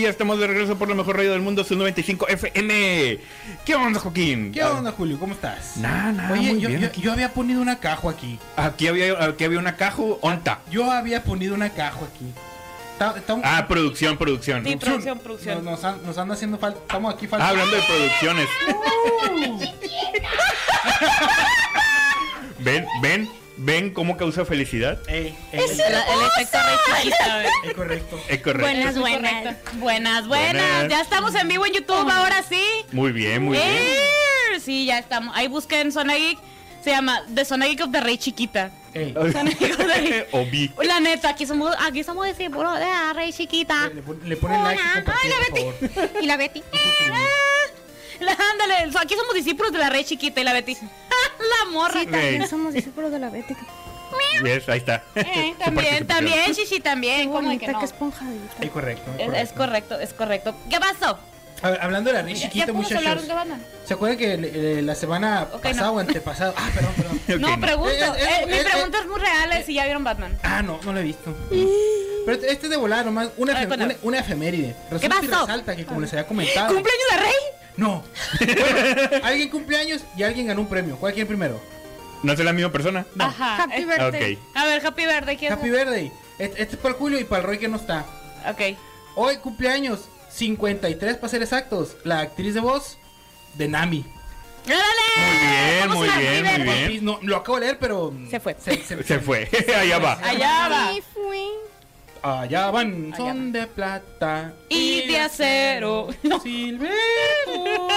ya estamos de regreso por la mejor radio del mundo, su 95 FM. ¿Qué onda, Joaquín? ¿Qué onda, Julio? ¿Cómo estás? Nah, nah, Oye, muy yo, bien yo, aquí. yo había ponido una cajo aquí. Aquí había, aquí había una caja, onta. Yo había ponido una cajo aquí. Ta- ta- Ah, producción, producción. Sí, producción, producción. Nos, nos han- nos anda haciendo falta. Estamos aquí Ah, falta. hablando de producciones. ven, ven, ven cómo causa felicidad. Eh, eh, El, el efecto rey chiquita, güey. eh, correcto. Es correcto. Buenas, Eso es buenas. correcto. Buenas, buenas. Buenas. Ya estamos en vivo en YouTube ahora sí. Muy bien, muy bien. Eh, Sí, ya estamos. Ahí busquen Zona Geek. Se llama The Zona Geek of the Rey Chiquita. Eh, Zona Geek of the Rey. o vi. La neta, aquí somos, aquí somos de sí, puro de la Rey Ah. Chiquita. le, pon- le ponen like y Hola. compartir, Ay, la por favor. Y la Betty. La- Ándale, so- aquí somos discípulos de la Rey Chiquita y la Betty. la morra. Sí, también Ey. somos discípulos de la Betty. ¿Ves? Ahí está. Su Eh, también, participación. también, Shishi, también. ¿Cómo de que no? Eh, correcto. Es, es correcto, es correcto. ¿Qué pasó? A ver, hablando de la Rey ¿Ya- Chiquita, ya podemos hablar de muchachos. Gabbana? ¿Se acuerdan que eh, la semana Ok, pasada no. o antepasada? Ah, perdón, perdón. Ok, No, pregunto. Eh, eh, eh, mi eh, pregunta es muy real, eh, si ya vieron Batman. Ah, no, no lo he visto. Pero este es de volar nomás, una, A ver, efe- cuéntame. una, una efeméride. ¿Qué Resulta pasó? y resalta que como les había comentado. ¿Cumpleaños de Rey? No. Bueno, alguien cumpleaños y alguien ganó un premio. ¿Cuál quiere primero? ¿No es la misma persona? Ajá. Happy eh, birthday. A ver, Happy Birthday, ¿quién? Happy Birthday. Este, este es para el Julio y para el Roy que no está. Ok. Hoy cumpleaños, 53 para ser exactos, la actriz de voz de Muy Nami. bien, ¡Órale! Vamos muy a la bien, Happy muy Birthday. bien. Y No, lo acabo de leer, pero... mm, Se fue. Se fue. Allá va. Allá va. Sí, fui. Allá van, Allá son de plata. Y de acero. Silvero.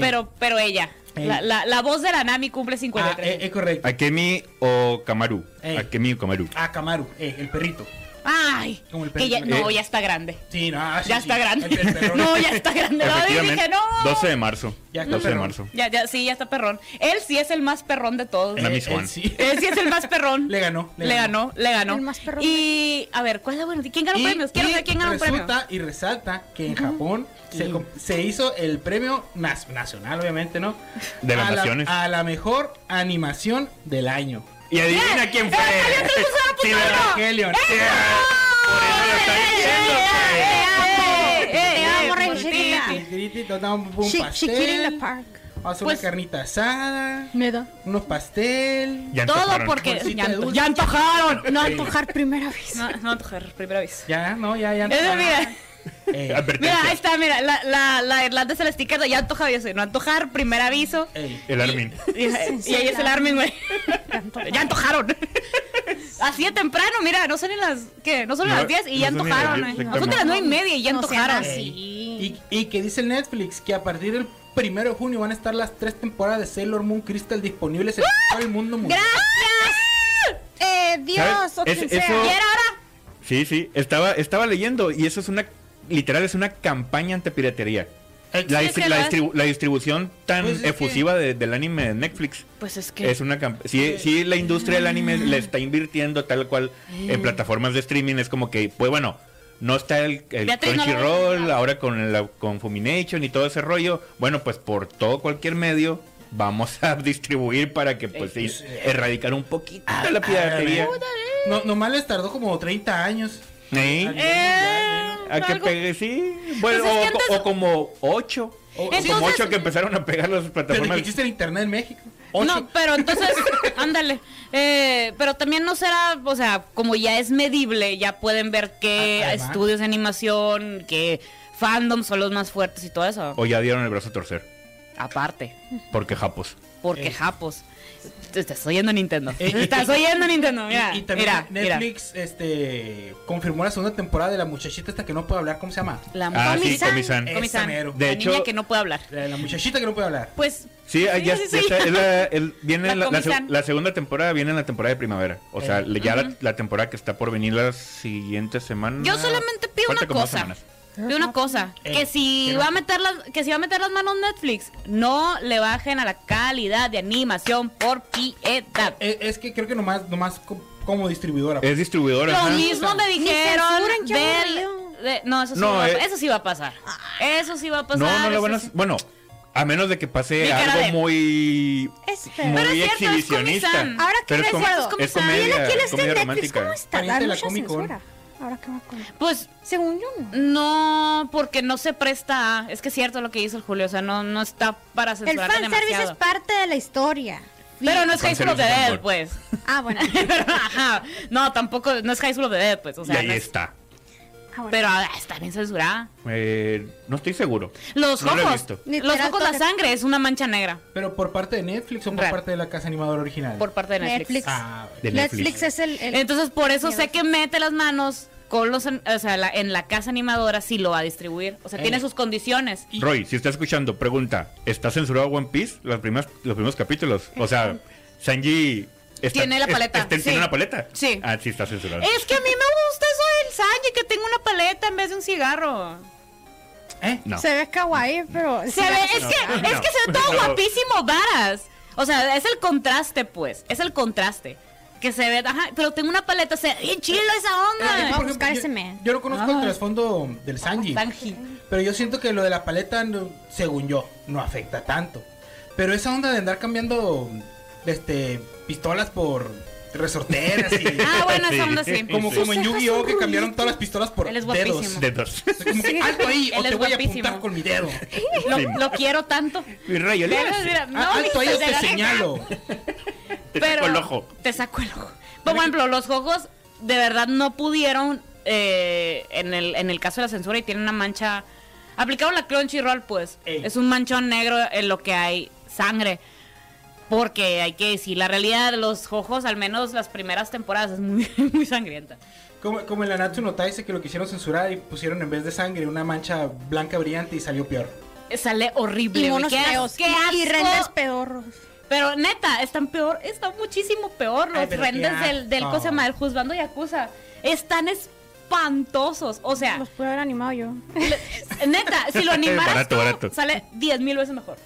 Pero, pero ella. Ey. La, la, la voz de la Nami cumple Eh, Ah, es eh, 53. correcto. Akemi o Kamaru. Ey. Akemi o Kamaru. Ah, Kamaru, eh, el perrito. Ay, Como el que ya, perrito. no, Eh. ya está grande. Sí, no, ah, sí, Ya sí, está grande. el- el perrón. No, ya está grande. No, y dije, Efectivamente, no. 12 de marzo. Ya está 12 de perrón. marzo. Ya, ya, sí, ya está perrón. Él sí es el más perrón de todos. Eh, Nami él Swan. sí. Él sí es el más perrón. Le ganó. Le ganó, le ganó. El más perrón. Y a ver, ¿cuál es la buena? ¿Quién ganó Y- premios? Quiero y ver quién ganó premios. Resulta y resalta que en Japón se, com- se hizo el premio nas- nacional, obviamente, ¿no? De las a la- naciones. a la mejor animación del año. Y adivina Bien. quién fue. Eh, salió otro cruzado, Sí, puto ¿verdad? oro. Evangelion. Sí, Por eso lo está diciendo. ¡Eh, eh, Te amo, eh, Rey por ti, Chiquita. ti. Un Shi- Shakira in the pastel, park. hace Pues- una carnita asada, Me da. unos pastel. Ya Todo antojaron. porque Bolsita ya, de anto- dulce. ya antojaron. No antojar primera vez. No, no antojar, primera vez. Ya, no, ya, ya. Eso, mira, Eh, mira, Advertencia. ahí está, mira, la, la, la Irlanda se la estica, ya antoja, yo soy, no antojar, primer aviso. ey. El Armin. Y, y ahí es el Armin, güey. Ya antojaron. Así de temprano, mira, no son en las, ¿qué? No son en No, las 10 y ya no son ni las antojaron. 10, güey. No son de exactamente. las 9 y media y ya No sean antojaron. así. Y, y que dice el Netflix que a partir del primero de junio van a estar las tres temporadas de Sailor Moon Crystal disponibles en ¡Ah! todo el mundo mundial. Eh, ¿Sabes? Dios, o Es- quien eso- ¿Y sea. era ahora? Sí, sí. Estaba, estaba leyendo y eso es una. Literal, es una campaña antipiratería. La, Eh, Sí, es distri- que la lo distribu- la distribución tan Pues es que- efusiva de- del anime de Netflix. Pues es que. Eh, ah. Es una camp- si, si la industria del anime le está invirtiendo tal cual Eh. en plataformas de streaming, es como que, pues bueno, no está el, el Beatriz, no lo Crunchyroll, voy a ahora con, la, con Fumination y todo ese rollo, bueno, pues por todo cualquier medio vamos a distribuir para que pues sí, erradicar un poquito la piratería. No, nomás les tardó como 30 años. ¿Eh? Eh, Ah, A que algo- pegue, sí. Pues es Bueno, que o, co- antes- o como ocho. O- o Entonces- como ocho que empezaron a pegar las Desde que plataformas. existe el internet en México. No, pero entonces, ándale. Eh, pero también no será, o sea, como ya es medible, ya pueden ver qué Ah, ahí va. estudios de animación, qué fandoms son los más fuertes y todo eso. O ya dieron el brazo a torcer. Aparte, Porque japos. porque Eh. japos. Te estás oyendo Nintendo. Eh, Te estás y- oyendo Nintendo. Mira, y, y también mira, mira. Netflix este confirmó la segunda temporada de la muchachita esta que no puede hablar, ¿cómo se llama? La Ah, sí, Komi-san. Komi-san. Komi-san, Esa mero. De la hecho- niña que no puede hablar. La, de la muchachita que no puede hablar. Pues Sí, ah, ya, Sí, sí, ya sí. está, es la- el- viene La la, la seg- Comisan. Eh, la segunda temporada, viene en la temporada de primavera. O sea, le- ya la, la temporada que está por venir la siguiente semana. Yo solamente pido Falta una como dos cosa. semanas. Pido una cosa, Eh, que si quiero- va a meter las, que si va a meter las manos Netflix, no le bajen a la calidad de animación por piedad. Eh, es que creo que nomás, nomás co- como distribuidora. Es distribuidora. Lo ajá. mismo me dijeron censuran, qué del- aburrido. de- no, eso sí, No, va, a- eh. eso sí va a pasar. Eso sí va a pasar. no, no lo eso van a. sí. Bueno, a menos de que Mi pase cara algo de- muy. Espera. Muy Pero es cierto, es exhibicionista. Comisan. Ahora que Pero es, com- recuerdo, es Comisan. comedia, ¿quién está en comedia Netflix? romántica. ¿Cómo está? Pariente Dar de la mucha Comic Con. censura. Ahora que me acuerdo. Pues Según yo, no. no, porque no se presta. a- Es que es cierto lo que dice el Julio, o sea, no, no está para El censurar fanservice es pues demasiado. parte de la historia. Pero no es High School of the Fanservice es Dead, amor. pues. Ah, bueno. Pero, ajá, no, tampoco, no es High School of the Dead, pues. O sea, y ahí no es- está. Ah, bueno. Pero ah, está bien censurada. Eh, no estoy seguro. Los No lo he ojos, visto. Literal, los ojos, la toque- sangre es una mancha negra Pero por parte de Netflix o por Real. parte de la casa animadora original. por parte de Netflix. Netflix. Ah, De Netflix es el. el- Entonces, por eso sé que mete las manos con los, an- o sea, la- en la casa animadora sí lo va a distribuir. O sea, Eh. tiene sus condiciones. Roy, si está escuchando, pregunta: ¿está censurado One Piece? Las primas, los primeros capítulos. O sea, Sanji. está- Tiene la es- paleta, está- sí. ¿Tiene una paleta? Sí. Ah, sí, está censurado. Es que a mí me gusta eso del Sanji, que tengo una paleta en vez de un cigarro. ¿Eh? No. Se ve kawaii, pero. Se ve, es no, que, no. es que se ve todo No. guapísimo, varas. O sea, es el contraste, pues. Es el contraste. Que se ve, ajá, pero tengo una paleta, se ve bien chilo esa Eh, onda. Vamos a buscar ese man. yo, yo no conozco el trasfondo del Sanji. Sanji. Pero yo siento que lo de la paleta, no- según yo, no afecta tanto. Pero esa onda de andar cambiando este pistolas por resorteras y Ah, bueno, Sí. esa onda sí. como, sí. como en Sus ojos Yu-Gi-Oh son que cambiaron rubitos. todas las pistolas por Él es dedos. guapísimo. De dos. Como que, alto ahí o Él te es voy a guapísimo. apuntar con mi dedo. Lo, Sí. lo quiero tanto. Mi rey, ¿le Pero, das? mira, Ah, alto ahí ni o te siquiera- señalo. Te Pero- saco el ojo. Te saco el ojo. Por ejemplo, los ojos de verdad no pudieron, eh, en, el, en el caso de la censura, y tienen una mancha. Aplicaron la Crunchyroll, pues. Ey. Es un manchón negro en lo que hay sangre. Porque hay que decir, la realidad de los ojos, al menos las primeras temporadas, es muy, muy sangrienta. Como, como en la Natsu no Taise que lo quisieron censurar y pusieron en vez de sangre una mancha blanca brillante y salió peor. Eh, Sale horrible. Y güey. monos Qué as- feos. qué y, y asco. renders pedorros. Pero neta, están peor, están muchísimo peor los Ay, pero qué renders del, del asco. ¿cómo se llama? Del juzgando Yakuza. Están espantosos. O sea, Los pude haber animado yo. le- neta, si lo animaras Barato, tú, barato. sale 10 mil veces mejor.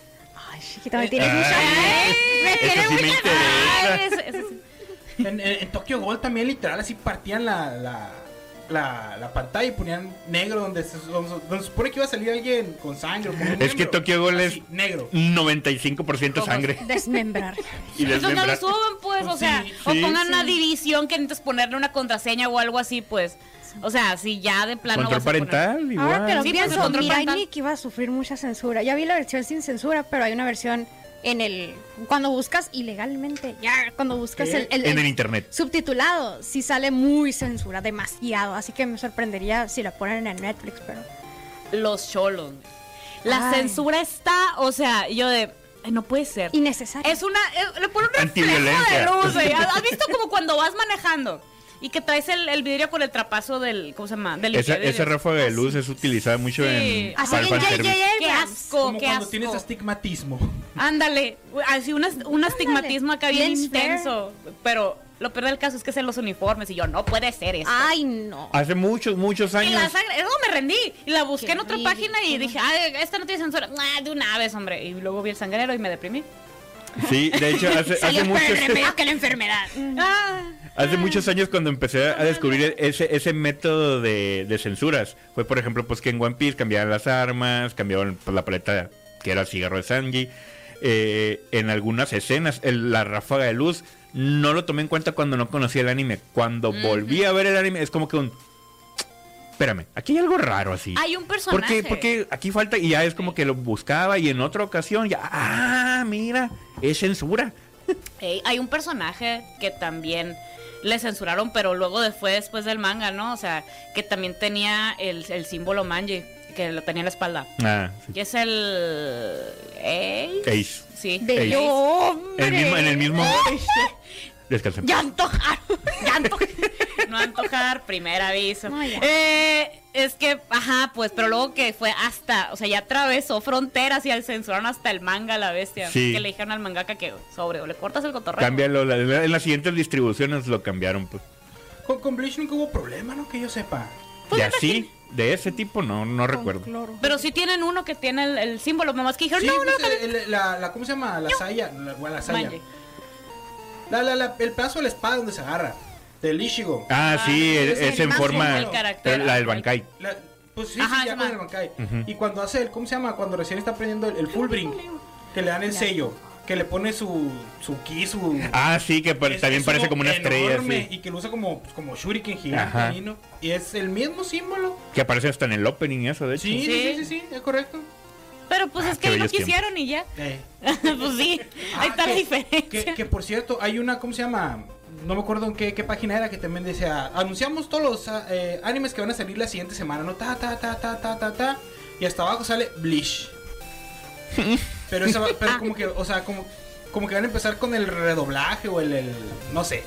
Ay, chiquita, me tienes Ay, mucha. Me eso tienes sí me mucha. interesa. Ay, eso- eso sí. En, en- en Tokyo Gol también literal así partían la, la, la, la pantalla y ponían negro donde se, donde se- donde se supone que iba a salir alguien con sangre. o con un Es que miembro. Tokyo Ghoul Así, es- negro. 95% sangre. Desmembrar. Y Entonces no lo desmembrar. suban, pues, o Pues sea, sí, o sí, pongan una sí. división que necesitas ponerle una contraseña o algo así, pues. O sea, si ya de plano. Control vas a poner- parental, igual. Ahora que lo Sí, pues, pienso, control Mirai parental. Nikki iba a sufrir mucha censura. Ya vi la versión sin censura, pero hay una versión en el. Cuando buscas ilegalmente, ya, cuando buscas ¿Qué? el, el- En el el internet. subtitulado, sí sale muy censura, demasiado. Así que me sorprendería si la ponen en Netflix, pero. Los cholos. La Ay. censura está, o sea, yo de. "Ay, No puede ser. Innecesaria. Es una. eh, Le pone un reflejo de Antiviolencia. luz, güey. ¿Has has visto como cuando vas manejando y que traes el, el vidrio con el trapazo del. ¿Cómo se llama? Del Esa, limpiavidrios? esa ráfaga de luz es utilizada mucho Ah, Sí. en. Así para que en el fanservice. JJ Qué Abrams. asco, Como Oh, qué cuando tienes asco. astigmatismo. Ándale. güey, Así unas- un astigmatismo acá bien Lens flare. intenso. Pero lo peor del caso es que es en los uniformes y yo, no puede ser este. eso. Ay, no. Hace muchos, muchos Y la años. sangre, no, me rendí. Y la busqué Qué en otra ridículo. página y dije, ah, esta no tiene censura. Ah, de una vez, hombre. Y luego vi el sangrero y me deprimí. Sí, de hecho, hace, hace Salió peor el muchos. remedio que la enfermedad. Ah. Hace muchos años cuando empecé a descubrir ese, ese método de, de censuras, fue por ejemplo pues que en One Piece cambiaban las armas, cambiaban pues, la paleta que era el cigarro de Sanji, eh, en algunas escenas el- la ráfaga de luz, no lo tomé en cuenta cuando no conocía el anime, cuando volví a ver el anime es como que un... Espérame, aquí hay algo raro así. Hay un ¿Por personaje. qué? Porque aquí falta y ya es como que lo buscaba y en otra ocasión ya, ah, mira, es censura. Ey, hay un personaje que también le censuraron, pero luego de- fue después del manga, ¿no? O sea, que también tenía el, el símbolo manji, que lo tenía en la espalda. Ah, sí. Y es el... ¿Eh? Ace. Sí. De Ey. yo, hombre. El mismo, en el mismo... Descansen. Ya antojaron. Ya antojar. no antojar, primer aviso. No, ya. Eh, es que, ajá, pues, pero luego que fue hasta, o sea, ya atravesó fronteras y al censuraron hasta el manga a la bestia. Sí. Que le dijeron al mangaka que sobre, o le cortas el cotorreo. Cámbialo, la- la- en las siguientes distribuciones lo cambiaron, pues. Con, con Bleach nunca hubo problema, ¿no? Que yo sepa. De así, de ese tipo, no, no recuerdo. Pero sí tienen uno que tiene el, el símbolo, nomás que dijeron, Sí, no, no, pues, el- el- la, la- ¿cómo se llama? La saya. La, bueno, la saya. Manje. La, la, la- el pedazo de la espada donde se agarra. Del Ishigo. Ah, sí, Ah, es, es el es en más forma. el carácter, la del ah, Bankai. La- pues sí, Ajá, sí, ya esa con el madre. Bankai. Ujú. Y cuando hace el, ¿cómo se llama? Cuando recién está aprendiendo el, el full bring, que le dan el sello, que le pone su, su ki, su... Ah, sí, que pare- es- también es parece uno como una estrella. enorme sí. Y que lo usa como, pues, como shuriken gigante. Ajá. ahí, ¿no? Y es el mismo símbolo. Que aparece hasta en el opening, eso, de hecho. Sí, sí, sí, Sí. sí, sí, es correcto. Pero pues Ah, es qué que ahí lo bellos quisieron y ya. Eh. pues sí, ahí Ah, está la que- Que, diferencia. que, por cierto, hay una, ¿cómo se llama? No me acuerdo en qué, qué página era que también decía, anunciamos todos los ah, eh, animes que van a salir la siguiente semana, ¿no? Ta, ta, ta, ta, ta, ta, ta. Y hasta abajo sale Bleach. Pero, esa va- pero como que, o sea, como, como que van a empezar con el redoblaje o el, el- no sé.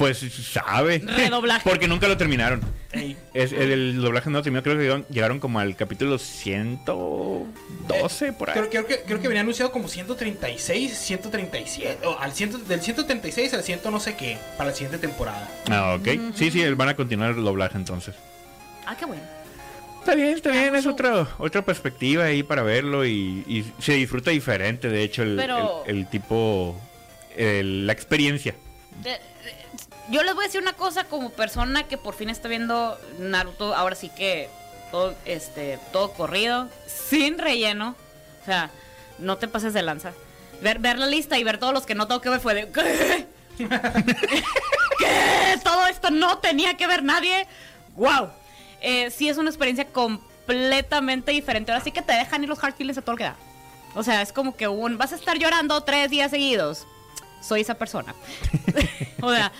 Pues sabe. Redoblaje. Porque nunca lo terminaron. Ey. Es, el, el doblaje no lo terminó, creo que llegaron, llegaron como al capítulo 112 por ahí. Creo, creo que, creo que venía anunciado como 136, 137, o al 100 del 136 al 100 no sé qué, para la siguiente temporada. Ah, ok. Sí, sí, van a continuar el doblaje entonces. Ah, qué bueno. Está bien, está bien, es Hermoso. otro, otra perspectiva ahí para verlo y, y se disfruta diferente, de hecho, el, Pero- el- el tipo, el- la experiencia. De- de- yo les voy a decir una cosa como persona que por fin está viendo Naruto, ahora sí que todo, este, todo corrido, sin relleno. O sea, no te pases de lanza. Ver, ver la lista y ver todos los que no tengo que ver fue de... ¿Qué? ¿Qué? Todo esto no tenía que ver nadie. ¡Wow! Eh, sí es una experiencia completamente diferente. Ahora sí que te dejan ir los hard feelings a todo lo que da. O sea, es como que un... Vas a estar llorando tres días seguidos soy esa persona. o sea,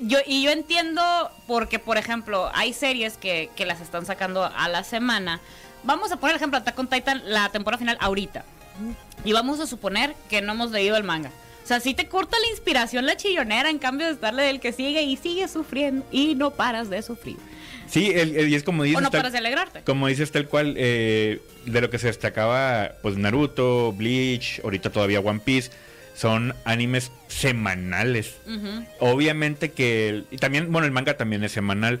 yo, y yo entiendo porque, por ejemplo, hay series que, que las están sacando a la semana. Vamos a poner, por ejemplo, Attack on Titan, la temporada final ahorita. Y vamos a suponer que no hemos leído el manga. O sea, si te corta la inspiración la chillonera en cambio de estarle del que sigue y sigues sufriendo y no paras de sufrir. Sí, el- el- y es como O dices, no tal- paras de alegrarte. como dices tal cual, eh, de lo que se destacaba, pues Naruto, Bleach, ahorita todavía One Piece, son animes semanales. Ujú. Obviamente que. el- y también, bueno, el manga también es semanal.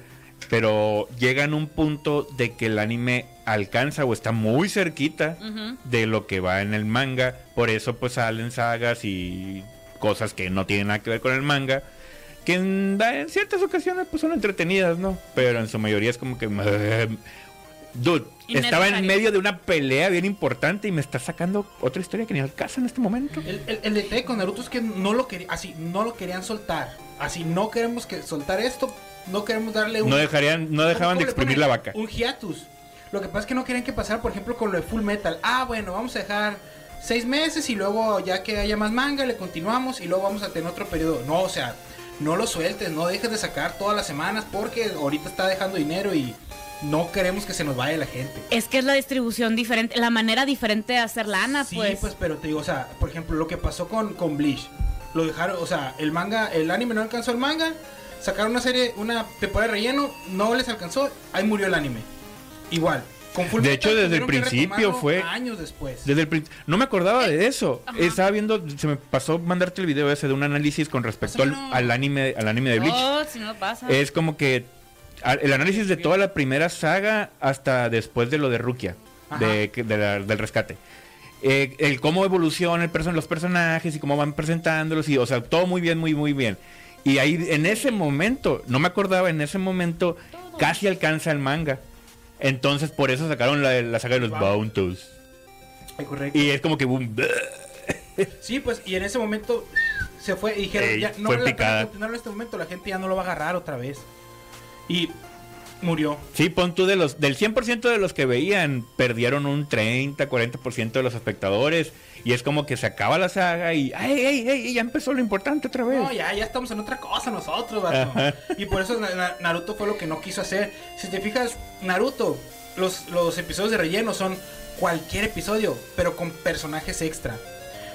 Pero llegan a un punto de que el anime alcanza o está muy cerquita Ujú. de lo que va en el manga. Por eso, pues salen sagas y cosas que no tienen nada que ver con el manga. Que en, da- en ciertas ocasiones pues son entretenidas, ¿no? Pero en su mayoría es como que. "Meh". Dude, estaba en Innecesario. medio de una pelea bien importante y me está sacando otra historia que ni al caso en este momento. El, el, el detalle con Naruto es que no lo querían, así, no lo querían soltar. Así, no queremos que soltar esto, no queremos darle un... No, dejarían, no dejaban de ¿cómo le exprimir ponen? la vaca. Un hiatus. Lo que pasa es que no querían que pasara, por ejemplo, con lo de Full Metal. Ah, bueno, vamos a dejar seis meses y luego ya que haya más manga, le continuamos y luego vamos a tener otro periodo. No, o sea, no lo sueltes, no dejes de sacar todas las semanas porque ahorita está dejando dinero y no queremos que se nos vaya la gente. Es que es la distribución diferente, la manera diferente de hacer lana, Sí, pues. pues, pero te digo, o sea, por ejemplo, lo que pasó con, con Bleach. Lo dejaron, o sea, el manga, el anime no alcanzó el manga. Sacaron una serie, una temporada de relleno, no les alcanzó, ahí murió el anime. Igual. Con Full De Metal hecho, desde el tuvieron que principio retomarlo fue- Años después. Desde el prin- no me acordaba de eso. Estaba viendo, se me pasó mandarte el video ese de un análisis con respecto al, Pásamelo. al anime, al anime de Bleach. Oh, si no pasa. Ah. Es como que a- el análisis de toda la primera saga hasta después de lo de Rukia, Ajá. de, que- de la- del rescate. Eh, el cómo evolucionan el person- los personajes y cómo van presentándolos y, o sea, todo muy bien, muy, muy bien. Y ahí, en ese momento, no me acordaba, en ese momento casi alcanza el manga. Entonces, por eso sacaron la, la saga de los Wow. Bountos. Ay, correcto. Y es como que boom. Sí, pues, y en ese momento se fue y dijeron, Ey, ya no fue vale la pena picada. continuarlo en este momento, la gente ya no lo va a agarrar otra vez. Y murió. Sí, pon tú de los, del 100% de los que veían, perdieron un 30, 40% de los espectadores. Y es como que se acaba la saga y, ¡ay, ay, ay! Ya empezó lo importante otra vez. No, ya, ya estamos en otra cosa nosotros, vato. Y por eso Na- Na- Naruto fue lo que no quiso hacer. Si te fijas, Naruto, los, los episodios de relleno son cualquier episodio, pero con personajes extra.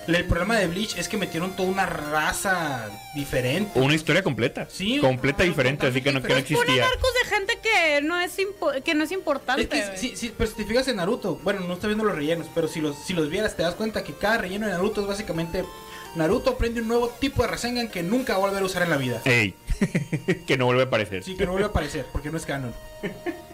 El problema de Bleach es que metieron toda una raza diferente. Una historia completa. Sí, Completa no, diferente, así que no, que no totalmente Ponen existía. arcos de gente que no es, impo- que no Eh, es importante. Es que güey. si, si- pero si te fijas en Naruto, bueno, no está viendo los rellenos, pero si los, si los vieras te das cuenta que cada relleno de Naruto es básicamente Naruto aprende un nuevo tipo de Rasengan que nunca va a volver a usar en la vida. Ey, que no vuelve a aparecer. Sí, que no vuelve a aparecer, porque no es canon.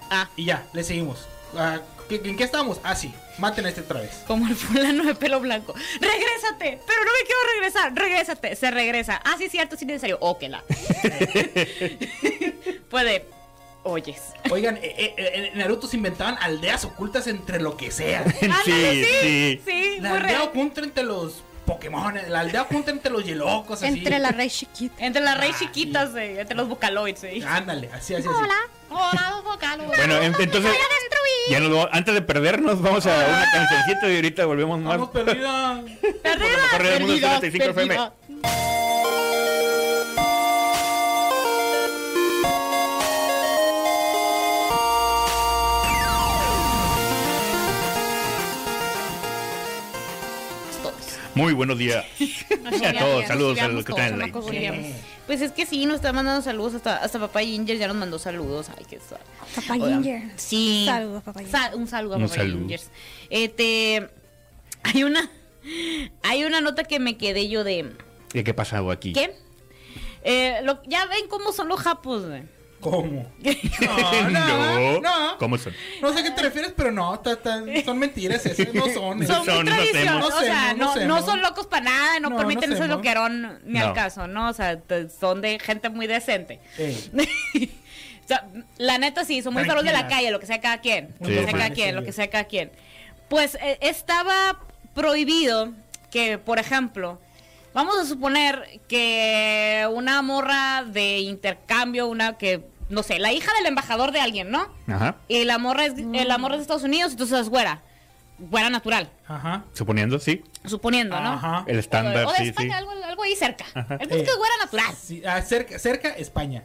Ah. Y ya, le seguimos. Ah, ¿qué- ¿En qué estamos? Ah, sí, maten a este otra vez. Como el fulano de pelo blanco. ¡Regrésate! Pero no me quiero regresar. ¡Regrésate! Se regresa. Ah, sí, cierto, sí, necesario. Oh, que la. Puede. Oyes. Oigan, eh, eh, eh, en Naruto se inventaban aldeas ocultas entre lo que sea. Sí, Ándale, sí. Ah, Sí, La muy aldea real. oculta entre los Pokémon, la aldea junta entre los Yelocos, así. Entre la rey chiquita. Entre las rey Ay. chiquitas, güey, entre los vocaloids, güey. Ándale, así, así, así. Hola, los vocaloids. Bueno, en- entonces. Ya nos vamos- antes de perdernos, vamos a una cancioncita y ahorita volvemos más. Ah. Vamos perdida. pues, Por la mejor red del mundo, 75 FM. Muy buenos días a todos. Saludos a los que están en la. Pues es que sí, nos está mandando saludos. Hasta, hasta papá Ginger ya nos mandó saludos. Ay, qué suave. Papá Oigan, Ginger. Sí. Saludos, papá Ginger. Sa- un saludo a Un papá saludo. Gingers. Este, hay una, hay una nota que me quedé yo de, ¿Y qué pasaba aquí? ¿qué? Eh, lo- ya ven cómo son los japos, güey. ¿Cómo? No, No, no, no. ¿Cómo son? No sé a qué te refieres, pero no, ta- ta- son mentiras esas, no son. eh. Son, Son, muy no tradicionales, hacemos. o sea, No no, hacemos, no no hacemos. son locos para nada, no, No, no permiten ese hacemos. loquerón ni No. al caso, ¿no? O sea, te- son de gente muy decente. Ey. O sea, la neta sí, son muy faros de la Tranquilas. calle, lo que sea cada quien. Lo Sí, que sea cada pues. quien, lo que sea cada quien. Pues eh, estaba prohibido que, por ejemplo, vamos a suponer que una morra de intercambio, una que, no sé, la hija del embajador de alguien, ¿no? Ajá. Y la morra es, eh, la morra es de Estados Unidos, entonces es güera. Güera natural, Ajá. Suponiendo, sí. suponiendo, ¿no? Ajá. El estándar, Ah. o de sí, sí. España, algo, algo ahí cerca. El punto Eh. es que es güera natural. Sí, ah, cerca, cerca, España.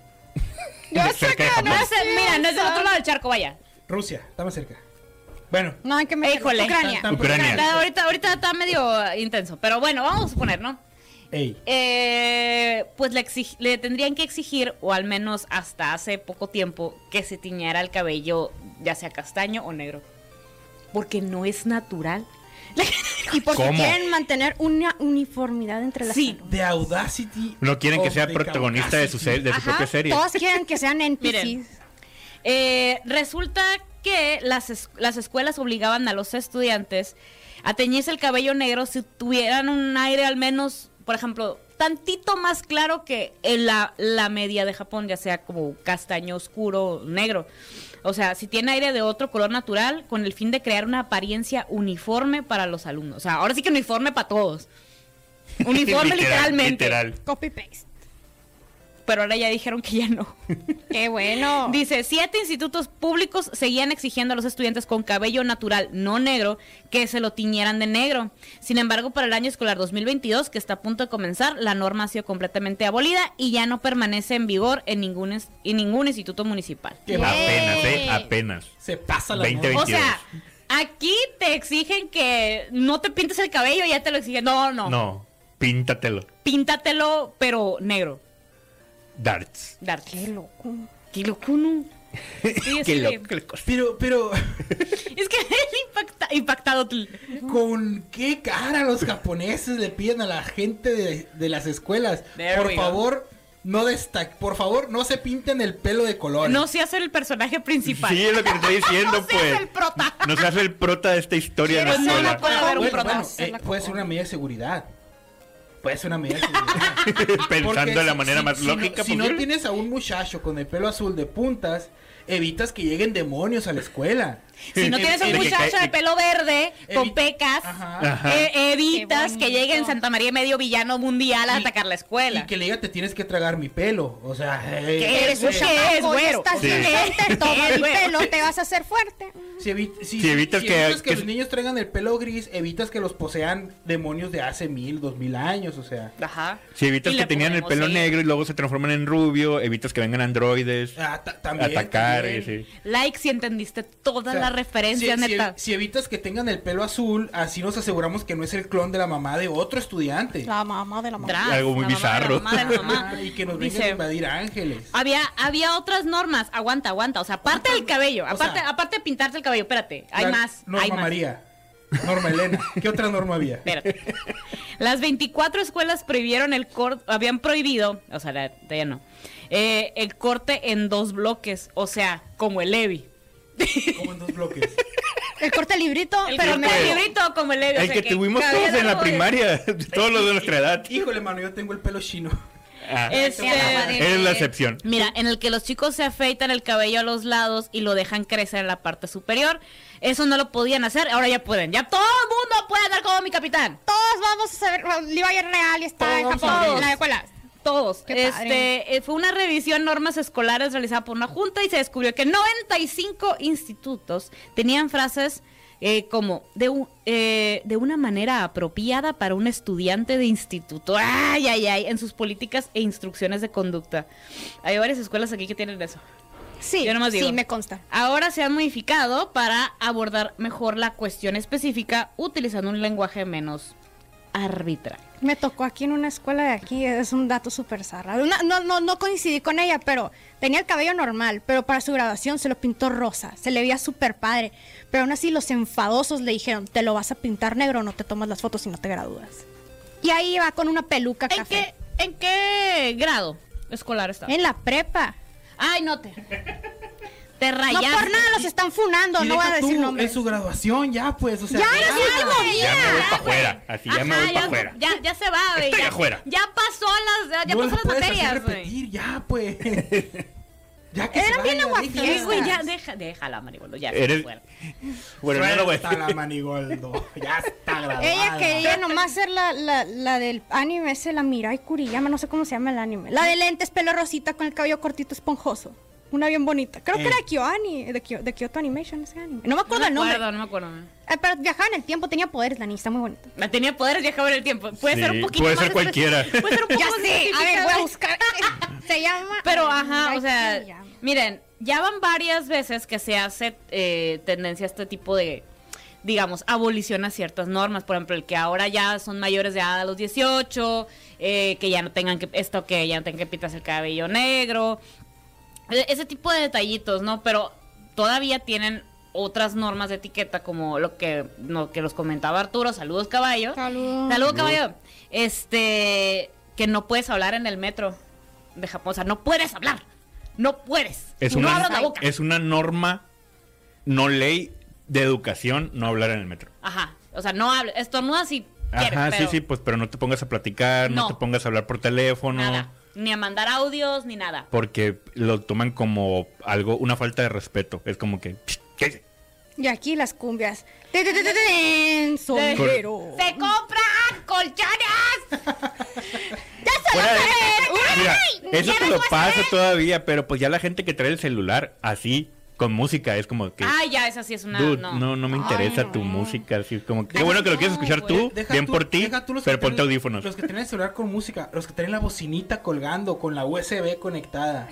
Cerca de No Japón. es, eh, mira, no es del otro lado del charco, vaya. Rusia, está más cerca. Bueno, No, hay que me. Híjole. Ucrania. Tan- tan- Ucrania. Está- ahorita, ahorita está medio eh, intenso, pero bueno, vamos a suponer, ¿no? ey. Eh, pues le, exig- le tendrían que exigir, o al menos hasta hace poco tiempo, que se tiñera el cabello, ya sea castaño o negro. Porque no es natural. Y porque ¿Cómo? quieren mantener una uniformidad entre las Sí. De Audacity. No quieren que of sea the protagonista de su, Caucasity. se- de su Ajá, propia serie. Todos quieren que sean Miren. NPCs. Eh, resulta que las, es- las escuelas obligaban a los estudiantes a teñirse el cabello negro si tuvieran un aire al menos, por ejemplo, tantito más claro que en la, la media de Japón, ya sea como castaño oscuro, negro. O sea, si tiene aire de otro color natural, con el fin de crear una apariencia uniforme para los alumnos. O sea, ahora sí que uniforme para todos. Uniforme Literal, literalmente. Literal. Copy paste. Pero ahora ya dijeron que ya no. Qué bueno. Dice, siete institutos públicos seguían exigiendo a los estudiantes con cabello natural, no negro, que se lo tiñeran de negro. Sin embargo, para el año escolar 2022, que está a punto de comenzar, la norma ha sido completamente abolida y ya no permanece en vigor en ningún, es- en ningún instituto municipal. Que va- Apenas, eh, apenas. Se pasa la 20, moda. O sea, aquí te exigen que no te pintes el cabello, ya te lo exigen. No, no, No, píntatelo. píntatelo, pero negro. Darts. Darte. Qué loco. Qué loco, ¿no? Sí, Qué sí. loco, loco. Pero, pero, Es que el impacta- impactado. ¿con qué cara los japoneses le piden a la gente de, de las escuelas? There por we go. favor, no destac, por favor, no se pinten el pelo de color. No se hace el personaje principal. Sí, es lo que te estoy diciendo, No seas pues. el prota. No seas el prota de esta historia en la Quiero ser escuela. una puede haber un bueno, bueno, prota. eh, puede ser una medida de seguridad. Puede ser una medida de seguridad. Pensando Porque de la si- manera si- más si no- lógica si no posible. tienes a un muchacho con el pelo azul de puntas, evitas que lleguen demonios a la escuela. Si no tienes a un De que muchacho cae- de pelo verde, con Evi- pecas, Ajá. Ajá. eh, evitas Qué que llegue en bonito. Santa María Medio villano mundial a Y- atacar la Y escuela. que le diga, te tienes que tragar mi pelo. O sea, ¿Qué eh, eres un eh, chamaco? es, güero? Estás Sí. inocente, toma Es mi güero. pelo, te vas a hacer fuerte. Si, evi- si- Si evitas si que- que- los niños traigan el pelo gris, evitas que los posean demonios de hace mil, dos mil años, o sea. Ajá. Si evitas Y que le tenían el ponemos pelo ahí. negro y luego se transforman en rubio, evitas que vengan androides ah, ta- a también, atacar. también. y sí. Like si entendiste toda O sea, la referencia, si- si- neta. Si, evitas que tengan el pelo azul, así nos aseguramos que no es el clon de la mamá de otro estudiante. La mamá de la mamá. Tras, Algo muy la mamá de la bizarro. mamá de la mamá. Ah, y que nos vengan a Dice, "Ah, invadir ángeles. Había, había otras normas. Aguanta, aguanta. O sea, aparte del cabello. o sea- Aparte, aparte de pintarte el cabello. Espérate. Hay La más. Norma hay más. María. Norma Elena. ¿Qué otra norma había? Espérate. Las 24 escuelas prohibieron el corte, habían prohibido, o sea, la- de ella no, eh, el corte en dos bloques, o sea, como el Levi. Como en dos bloques. El corte librito, El pero corte me de librito como el Levi. o El sea, que tuvimos cabía todos en la largo de- primaria, todos los de nuestra edad. Eh, Híjole, mano, yo tengo el pelo chino. Ah, Este, eres la excepción. Mira, en el que los chicos se afeitan el cabello a los lados y lo dejan crecer en la parte superior. Eso no lo podían hacer, ahora ya pueden. Ya todo el mundo puede andar como mi capitán. todos vamos a saber, bueno, Levi es real y está en Todos Japón, vamos a en la escuela. Todos. Qué padre. Este, eh, fue una revisión de normas escolares realizada por una junta y se descubrió que 95 institutos tenían frases eh, como de, un- eh, de una manera apropiada para un estudiante de instituto. Ay, ay, ay, en sus políticas e instrucciones de conducta. Hay varias escuelas aquí que tienen eso. Sí, Yo nomás digo. sí, me consta. Ahora se han modificado para abordar mejor la cuestión específica utilizando un lenguaje menos arbitrario. Me tocó aquí en una escuela de aquí, es un dato súper zarra. Una- no, no, no coincidí con ella, pero tenía el cabello normal, pero para su graduación se lo pintó rosa, se le veía súper padre. Pero aún así los enfadosos le dijeron, te lo vas a pintar negro, no te tomas las fotos y no te gradúas. Y ahí va con una peluca ¿En café. qué, ¿En qué grado escolar estaba? En la prepa. Ay, no te. Te rayaste. No por nada los están funando, Y no voy a deja decir tú, nombres. Es su graduación, ya, pues. O sea, Ya eres algo, Ya me voy mía. para afuera. Así ya me Ajá, voy para afuera. Ya, ya se va, güey. Estoy ya, afuera. Ya pasó las, ya no pasó lo las puedes materias, hacer güey. repetir, ya, pues. ya que Eran bien aguafiestas. Sí, güey, ya Estás. deja, déjala, Marigoldo, ya. Eres- fuera. Bueno, no lo voy a Suelta decir. la manigoldo. Ya está graduada. Ella quería nomás ser la, la, la del anime ese, la Mirai Kuriyama, no sé cómo se llama el anime. La de lentes, pelo rosita, con el cabello cortito, esponjoso. Una bien bonita. Creo que Eh. era KyoAni, de, Kyo- de Kyoto Animation, ese anime. No me No acuerdo me el nombre. acuerdo, no me acuerdo. Eh, pero viajaba en el tiempo, tenía poderes, la niña, está muy bonita. La tenía poderes viajaba en el tiempo. Puede Sí, ser un poquito puede más ser espe- cualquiera. Puede ser un poco Ya más sé, a ver, voy a especificado. buscar. se llama. Pero ajá, Mirai o sea, Kuriyama. miren, ya van varias veces que se hace eh, tendencia a este tipo de, digamos, abolición a ciertas normas. Por ejemplo, el que ahora ya son mayores de edad a los 18, eh, que ya no tengan que, esto que ya no tengan que pintarse el cabello negro. E- Ese tipo de detallitos, ¿no? Pero todavía tienen otras normas de etiqueta como lo que, lo que los comentaba Arturo, saludos caballo. Saludos. Saludos, caballo. Este, que no puedes hablar en el metro de Japón. O sea, no puedes hablar. No puedes. Es no una, abras la boca. es una norma, no ley de educación, no hablar en el metro. Ajá. O sea, no hables. Estornudas y. quieres, Ajá, sí, pero sí, pues, pero no te pongas a platicar, no, No. te pongas a hablar por teléfono, Nada. Ni a mandar audios, ni nada. porque lo toman como algo, una falta de respeto. Es como que, "Psh, ¿qué dice?". Y aquí las cumbias. Te- te- te- te- te- Sombrero. ¡Se compran colchones! ¡Ya se lo Fuera de- saben! Mira, ¡Uy! eso Ya te me lo voy a pasa saber. todavía, pero pues ya la gente que trae el celular así, con música, es como que, Ah, ya, esa sí es una. dude, no. no. no, me Ay, interesa tu no. música, así como que, Ay, qué bueno que lo no, quieres escuchar güey. tú, bien por ti, deja tú los pero que traen- ponte audífonos. Los que tienen el celular con música, los que tienen la bocinita colgando con la USB conectada.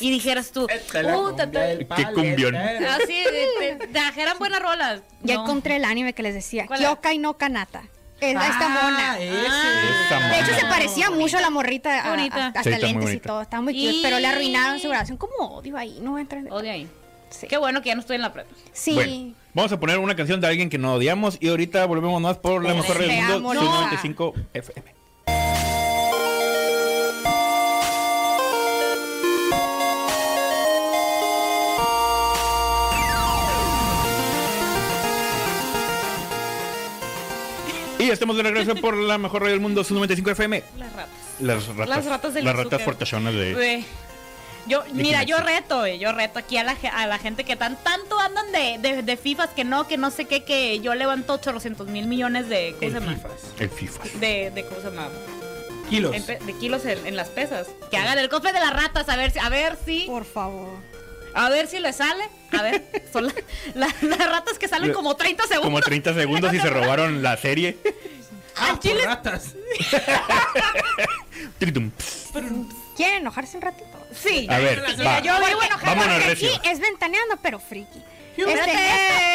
Y dijeras tú. "Uh, Esta es Uh, la "Puta, cumbia tal". del Qué pal, cumbión. esta Ah, es- Así, de- de- trajeran buenas rolas. Ya No. encontré el anime que les decía. ¿Cuál era? Kyokai no Kanata. Es esta Ah, mona. Ah. ese. Esta De hecho, mona. se parecía mucho a la morrita. a- a- Bonita. hasta Sí, está muy lentes y bonita. todo. Estaba muy cute. Y- Pero le arruinaron su grabación. Como odio ahí. No entra en Odio ahí. Sí. Qué bueno que ya no estoy en la prepa. Sí. Bueno, vamos a poner una canción de alguien que no odiamos y ahorita volvemos más por la Te mejor red del mundo, amo, Sub Lola. 95 FM. Y estamos de regreso por la mejor radio del mundo, su 95 FM. Las ratas. Las ratas. Las ratas del Las ratas azúcar. fortachonas de. Güey. Yo, mira, yo Jiménez. reto, güey, yo reto aquí a la, ge- a la gente que tan tanto andan de, de, de FIFAs que no, que no sé qué, que yo levanto 800 mil millones de, ¿cómo El se llama? Fifas. El FIFA. De, de, ¿cómo se llama? Kilos. En pe- de kilos en, en las pesas. Que hagan el cosplay de las ratas, a ver si, a ver si, Por favor. a ver si le sale. A ver, son la- la- las ratas que salen como 30 segundos. Como 30 segundos y se robaron la serie. al Ah, por chile- ratas. Tritum. ¿Quieren enojarse un ratito? Sí. A ver, Mira, va. yo vivo enojada. Vámonos, porque recio. aquí es ventaneando, pero friki. Este, Espérate.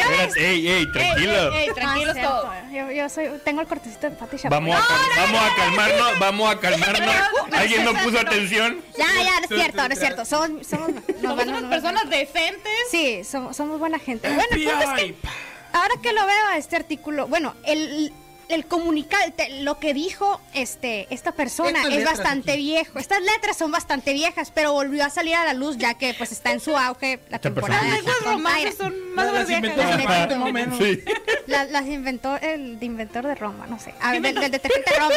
Espérate, Ey, ey, tranquilo. Ey, ey, ey, tranquilos Ah, todos. cierto. Yo, yo soy, tengo el cortecito de Pati Chapoy. Vamos a, cal- vamos a calmarnos, vamos a calmarnos. No, no, ¿Alguien no no, puso no. atención? Ya, ya, no es cierto, no es cierto. Somos, somos, nos Somos van a- nos unas van a- personas decentes. Sí, somos, somos buena gente. Bueno, el punto pues es que FBI. Ahora que lo veo a este artículo, bueno, el, el comunicado, te- lo que dijo este, esta persona Estas es letras bastante aquí. viejo. Estas letras son bastante viejas, pero volvió a salir a la luz ya que pues está en su auge la Esta persona temporada. dice- de Los Attack on romances Titan. son más o Las menos inventó viejas. viejas. Ajá. Zapata, más o menos. Sí. La- las inventó el de inventor de Roma, no sé. A ver, del, del detergente Roma.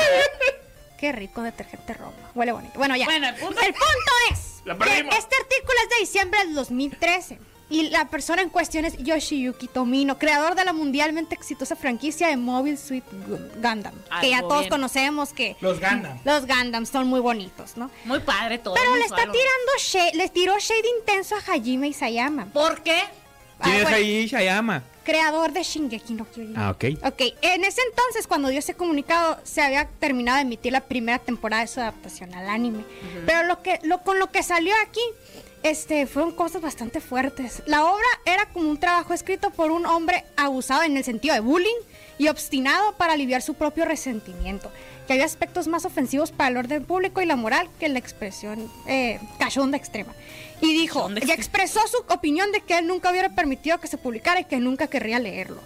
Qué rico detergente Roma. Huele bonito. Bueno, ya. Bueno, el punto- El punto es La que perdimos. este artículo es de diciembre del 2013. Y la persona en cuestión es Yoshiyuki Tomino, creador de la mundialmente exitosa franquicia de Mobile Suit Gu- Gundam, Ah, Algo que ya todos bien. conocemos que Los Gundam. los Gundam son muy bonitos, ¿no? Muy padre todo. Pero muy le está suave. tirando shade, les tiró shade intenso a Hajime Isayama, ¿Por qué? ¿Quién Ah, es bueno. ahí Shayama? creador de Shingeki no Kyojin. Ah, ok. Ok, en ese entonces, cuando dio ese comunicado, se había terminado de emitir la primera temporada de su adaptación al anime. Pero lo que, lo, con lo que salió aquí, este, fueron cosas bastante fuertes. La obra era como un trabajo escrito por un hombre abusado en el sentido de bullying y obstinado para aliviar su propio resentimiento. Que había aspectos más ofensivos para el orden público y la moral que la expresión eh, cachonda extrema. Y dijo, Cachonda y expresó su opinión de que él nunca hubiera permitido que se publicara y que nunca querría leerlo.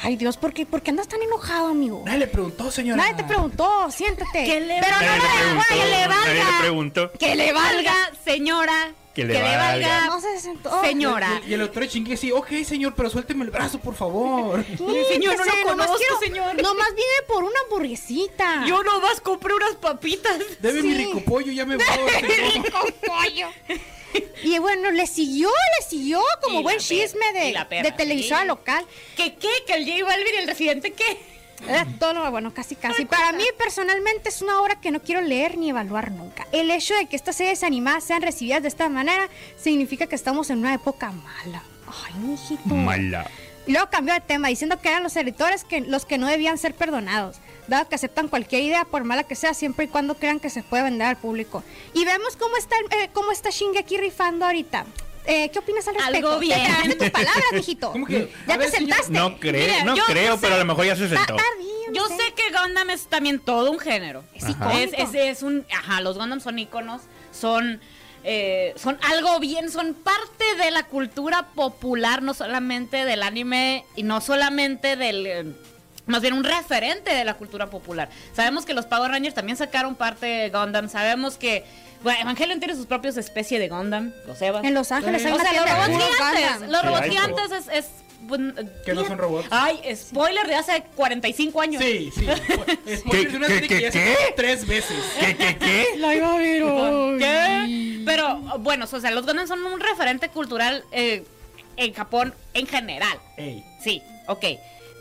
Ay Dios, ¿por qué, por qué andas tan enojado, amigo? Nadie le preguntó, señora. Nadie te preguntó, siéntate. ¿Qué le Pero no le Nadie le hagas, preguntó, que le nadie le valga. preguntó. Que le Valga, valga. señora. Que le valga. No se oh, sentó. Señora. Y, y el autor chingue sí, ok, señor, pero suélteme el brazo, por favor. Sí, Señor, que no lo sé, nomás conozco, quiero- señor. Nomás viene por una hamburguesita. Yo nomás compré unas papitas. Debe mi Sí. rico pollo, ya me voy. rico pollo. Y bueno, le siguió, le siguió como Y buen la perra, chisme y de, la perra. de televisora Y- local. ¿Qué qué? ¿Que el J Balvin y el residente qué? Era todo lo bueno, casi casi. Para mí, personalmente, es una obra que no quiero leer ni evaluar nunca. El hecho de que estas series animadas sean recibidas de esta manera significa que estamos en una época mala. Ay, mijito. Mala. Y luego cambió de tema, diciendo que eran los editores que, los que no debían ser perdonados, dado que aceptan cualquier idea, por mala que sea, siempre y cuando crean que se puede vender al público. Y vemos cómo está, el- eh, cómo está Shingeki rifando ahorita. Eh, ¿Qué opinas al respecto? Algo bien. Te tragaste tus palabras, mijito. ¿Cómo que? Ya A te ver, señor. sentaste. No creo, Mira, no yo creo, sé- pero a lo mejor ya se Ta- sentó. tardío, no Yo sé que Gundam es también todo un género. Es Ajá. Es, icónico. es, es un. Ajá, los Gundam son iconos, son. eh, son algo bien, son parte de la cultura popular, no solamente del anime y no solamente del. eh, más bien un referente de la cultura popular. Sabemos que los Power Rangers también sacaron parte de Gundam. Sabemos que. Bueno, Evangelion tiene sus propias especies de Gundam, los Evas. En Los Ángeles Sí. hay O una sea, los tienda de robots puros gigantes. Gundam. Los Sí, robots hay, pero- gigantes es. es- Que no son robots. Ay, spoiler de hace 45 años. Sí, sí. Es ¿Qué, de una qué, serie que qué, ya se qué? hizo tres veces. ¿Qué, qué, qué? La iba a ver hoy. ¿Qué? Pero bueno, o sea, los Gundam son un referente cultural eh, en Japón en general. Ey. Sí, ok.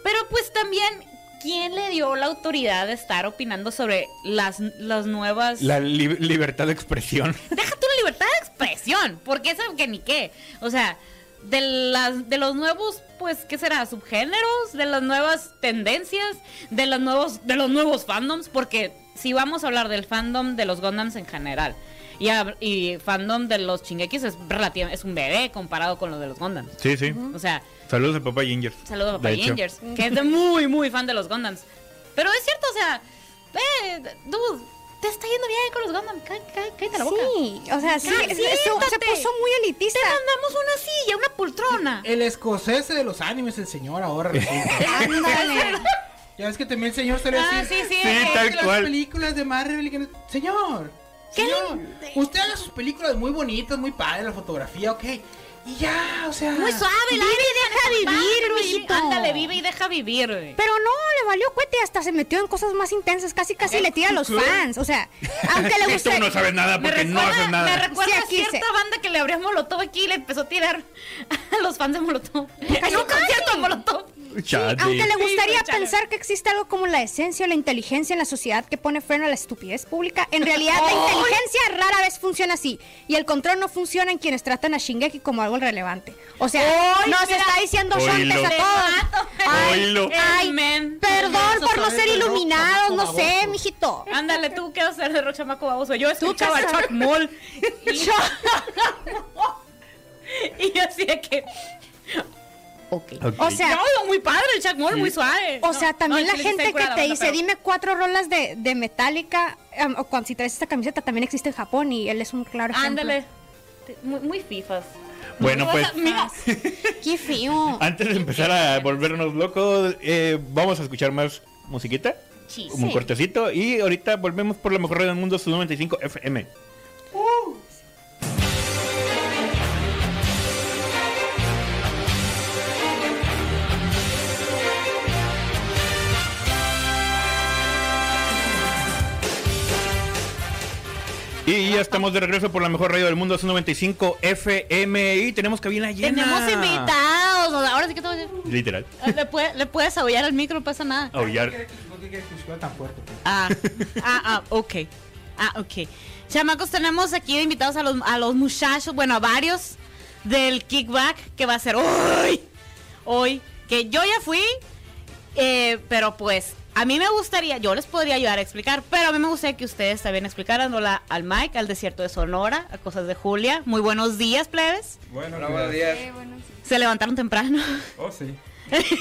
Pero pues también, ¿quién le dio la autoridad de estar opinando sobre las, las nuevas... La li- libertad de expresión. Deja tu libertad de expresión, porque eso que ni qué. O sea, de, las, de los nuevos, pues, ¿qué será? Subgéneros, de las nuevas tendencias, de los nuevos, de los nuevos fandoms, porque si vamos a hablar del fandom de los Gundams en general. Y, hab- y fandom de los Shingekis es, relativa- es un bebé comparado con lo de los Gundams. Sí, sí. O sea, Saludos a Papá Ginger. Saludos a Papá De hecho. Rangers, que es de muy, muy fan de los Gundams. Pero es cierto, o sea, eh, dude, te está yendo bien con los Gundam. Cá- cá- Cállate la boca. Sí, o sea, sí, Cal, es- es- se se siéntate. puso muy elitista. Te mandamos una silla, una poltrona. El escocés de los animes, el señor, ahora resulta. Ándale. Ya ves que también el señor salió Ah, a decir, sí, sí, "Es que tal las cual. películas de Marvel y que no- Señor, señor, usted haga sus películas muy bonitas, muy padre, la fotografía, ok. Y ya, o sea. Muy suave, el aire y deja vivir, Luisito. Ándale, vive y deja vivir. güey. Pero no, le valió cuete y hasta se metió en cosas más intensas. Casi, casi le tira a los ¿Qué? fans. O sea, aunque le Tú guste. no sabes nada Me porque no recuerda, haces me nada. recuerda Sí, a aquí cierta se- banda que le abrió Molotov aquí y le empezó a tirar a los fans de Molotov. Casi, En un concierto de Molotov. Chale. Aunque le Sí, gustaría güey, chale. pensar que existe algo como la esencia o la inteligencia en la sociedad que pone freno a la estupidez pública, en realidad la inteligencia rara vez funciona así. Y el control no funciona en quienes tratan a Shingeki como algo relevante. O sea, Ay, nos mira. está diciendo Oílo. shontes a Te todos. mato. Oílo. Ay, Amen. Perdón por no ser Soy rojo, iluminados, no baboso. sé, mijito. Ándale, tú qué vas a hacer de Rock Chamaco Baboso. Yo escuchaba a qué vas a- Chuck Moll. Y yo. y yo así de que. Ok. Ok. O sea, No, digo, muy padre el Chuck Moll, muy suave. O No, sea, también no, la sí, sí, está gente que curada te onda, dice, pero- dime cuatro rolas de, de Metallica, am, o cuando si traes esta camiseta, también existe en Japón y él es un claro ejemplo. Ándale. Te- Muy, muy fifas. Bueno, Muy- o sea, pues- mira, Qué feo. Antes de empezar a volvernos locos, eh, vamos a escuchar más musiquita. Sí. Un Sí. cortecito. Y ahorita volvemos por la mejor radio del mundo, su 95 FM. Y ya estamos de regreso por la mejor radio del mundo, es 95 FM y tenemos cabina llena. Tenemos invitados. o sea, ahora sí que todo. Literal. Ah, Le, puede- le puedes aullar al micro, no pasa nada. Oh, ya. ¿Por qué quieres que se tan fuerte? pues? Ah, ah, ah, ok. Ah, ok. Chamacos, tenemos aquí de invitados a los, a los muchachos, bueno, a varios del kickback que va a ser hoy. Hoy, que yo ya fui, eh, pero pues a mí me gustaría, yo les podría ayudar a explicar, pero a mí me gustaría que ustedes también explicaran. Hola al Mike, al desierto de Sonora, a cosas de Julia. Muy buenos días, plebes. Bueno, Hola, buenos gracias. días. Se levantaron temprano. Oh, sí.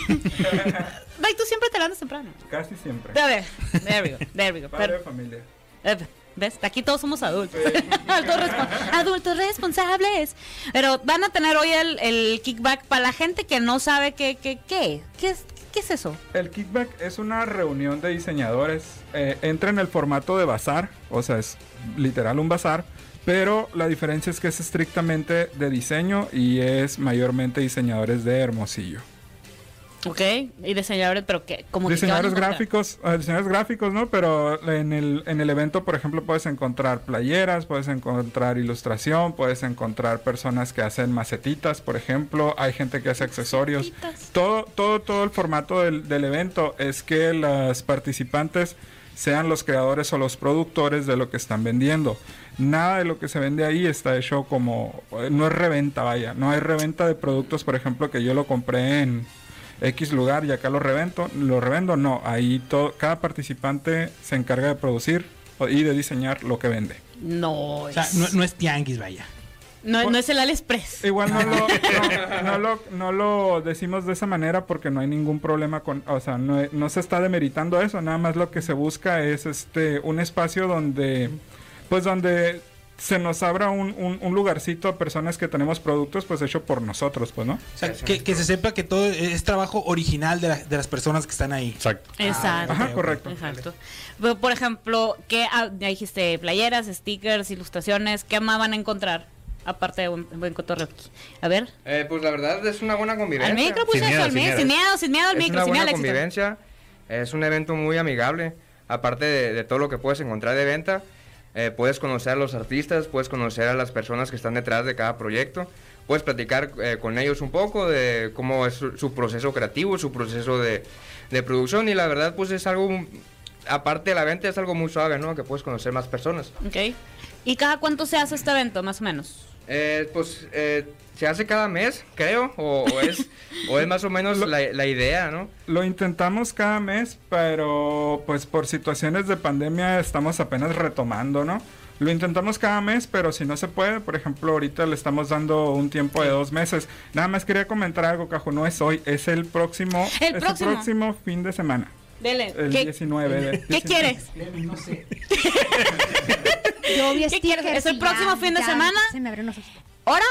Mike, tú siempre te levantas temprano. Casi siempre. A ver, there we go, there we go. Padre pero- de familia. Eh, ¿Ves? Aquí todos somos adultos. Eh, adultos, respon- adultos responsables. Pero van a tener hoy el, el kickback para la gente que no sabe qué, qué, qué, qué es, qué es eso. El kickback es una reunión de diseñadores. eh, entra en el formato de bazar, o sea, es literal un bazar. Pero la diferencia es que es estrictamente de diseño y es mayormente diseñadores de Hermosillo. Ok, y diseñadores, pero que como que qué van a Diseñadores encontrar? gráficos, eh, diseñadores gráficos, ¿no? Pero en el, en el evento, por ejemplo, puedes encontrar playeras, puedes encontrar ilustración, puedes encontrar personas que hacen macetitas, por ejemplo, hay gente que hace accesorios. Todo, todo, todo el formato del, del evento es que las participantes sean los creadores o los productores de lo que están vendiendo. Nada de lo que se vende ahí está hecho como... eh, No es reventa, vaya. No hay reventa de productos, por ejemplo, que yo lo compré en, X lugar y acá lo revento, lo revendo, no, ahí todo, cada participante se encarga de producir o- y de diseñar lo que vende. No, O sea, es- no, no, no es tianguis, vaya. no es el AliExpress. Igual no lo, no, no lo, no lo decimos de esa manera porque no hay ningún problema con, o sea, no, no se está demeritando eso, nada más lo que se busca es este un espacio donde, pues donde se nos abra un, un, un lugarcito a personas que tenemos productos pues hecho por nosotros, pues, ¿no? O sea, que, que se sepa que todo es trabajo original de, la- de las personas que están ahí. Exacto. Exacto. Ajá, correcto. Exacto. Pero, por ejemplo, ¿qué, ah, ya dijiste playeras, stickers, ilustraciones, ¿qué más van a encontrar? Aparte de un buen cotorreo. aquí? A ver, Eh, pues la verdad es una buena al convivencia. micro, Sin muchacho, miedo, al sin micro, miedo. sin miedo, sin miedo al es micro, una sin miedo al buena éxito. convivencia. Es un evento muy amigable. Aparte de, de todo lo que puedes encontrar de venta, eh, puedes conocer a los artistas, puedes conocer a las personas que están detrás de cada proyecto. Puedes platicar eh, con ellos un poco de cómo es su, su proceso creativo, su proceso de, de producción. Y la verdad, pues es algo, aparte de la venta, es algo muy suave, ¿no? Que puedes conocer más personas. Ok. ¿Y cada cuánto se hace este evento, más o menos? Eh, pues eh, se hace cada mes, creo, o, o es, o es más o menos la, la idea, ¿no? Lo intentamos cada mes, pero pues por situaciones de pandemia estamos apenas retomando, ¿no? Lo intentamos cada mes, pero si no se puede, por ejemplo, ahorita le estamos dando un tiempo de dos meses. Nada más quería comentar algo, Caju, no es hoy, es el próximo, El es próximo. próximo fin de semana, Dele. el ¿Qué, 19 de- qué 19. quieres? No sé. Yo vi ¿Qué stickers quieres? ¿Es el y próximo fin de semana? Se me abrió una ojito. ¿Hora?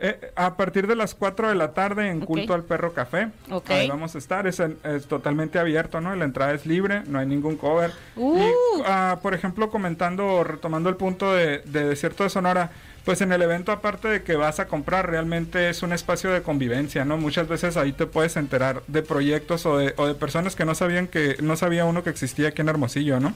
Eh, a partir de las 4 de la tarde en Ok. Culto al Perro Café. Ok. Ahí vamos a estar. Es, en- es totalmente abierto, ¿no? La entrada es libre, no hay ningún cover. Uh. Y, ah, por ejemplo, comentando o retomando el punto de, de Desierto de Sonora, pues en el evento, aparte de que vas a comprar, realmente es un espacio de convivencia, ¿no? Muchas veces ahí te puedes enterar de proyectos o de, o de personas que no sabían que no sabía uno que existía aquí en Hermosillo, ¿no?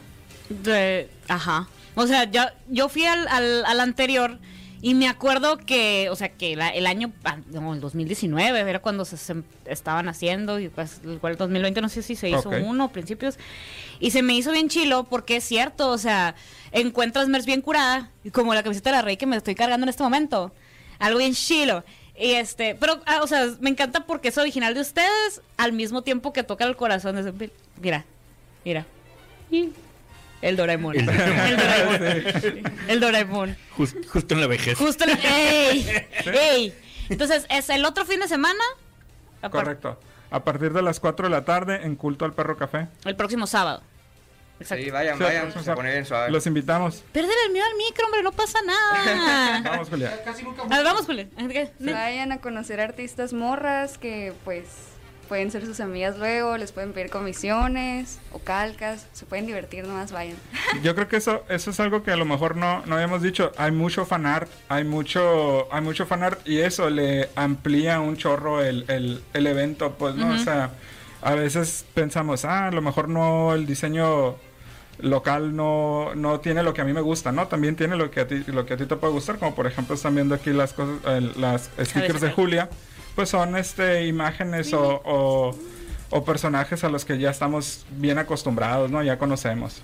De- ajá. O sea, yo, yo fui al, al, al anterior y me acuerdo que, o sea, que la- el año, ah, no, el 2019 era cuando se, se estaban haciendo, y pues, el cual 2020 no sé si se hizo Ok. uno a principios, y se me hizo bien chilo porque es cierto, o sea, encuentras merch bien curada, y como la camiseta de la Rey que me estoy cargando en este momento, algo bien chilo. Y este, pero, ah, o sea, me encanta porque es original de ustedes, al mismo tiempo que toca el corazón. de- Mira, mira. Y- el Doraemon. El Doraemon. El Doraemon. Jus- justo en la vejez. Justo el. ¡Ey! ¡Ey! Entonces, es el otro fin de semana. Ah, apar- Correcto. A partir de las 4 de la tarde en Culto al Perro Café. El próximo sábado. Exacto. Sí, vayan, Sí, vayan, vamos a- se pone bien suave. Los invitamos. Perder el miedo al micro, hombre, no pasa nada. Vamos, Julia. Casi nunca A ver, vamos, Julio. ¿Qué? Vayan a conocer artistas morras que pues pueden ser sus amigas luego, les pueden pedir comisiones o calcas, se pueden divertir nomás, vayan. Yo creo que eso, eso es algo que a lo mejor no, no habíamos dicho. Hay mucho fanart, hay mucho, hay mucho fanart y eso le amplía un chorro el, el, el evento, pues, ¿no? O sea, a veces pensamos, ah, a lo mejor no el diseño local no, no tiene lo que a mí me gusta, ¿no? También tiene lo que a ti, lo que a ti te puede gustar, como por ejemplo están viendo aquí las cosas, el- las stickers de acá. Julia, pues son este imágenes o, o- o personajes a los que ya estamos bien acostumbrados, ¿no? Ya conocemos.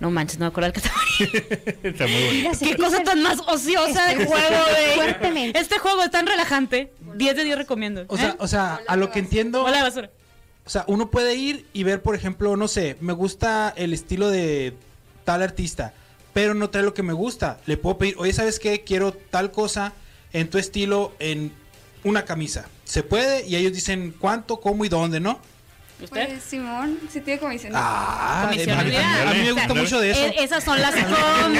No manches, no me acuerdo del categoría. Está muy bonito. Qué cosa tan más ociosa de Estoy Este juego, güey. fuertemente. Este juego es tan relajante. 10 de 10 recomiendo. O sea, ¿Eh? o sea, a lo que entiendo, Hola, basura. o sea, uno puede ir y ver, por ejemplo, no sé, me gusta el estilo de tal artista, pero no trae lo que me gusta. Le puedo pedir, oye, ¿sabes qué? Quiero tal cosa en tu estilo, en una camisa. Se puede y ellos dicen cuánto, cómo y dónde, ¿no? ¿Usted? Pues Simón, sí tiene comisión. Ah, eh, a, Comisiones. mí, a mí me gusta Ándale. mucho de eso. Eh, esas son las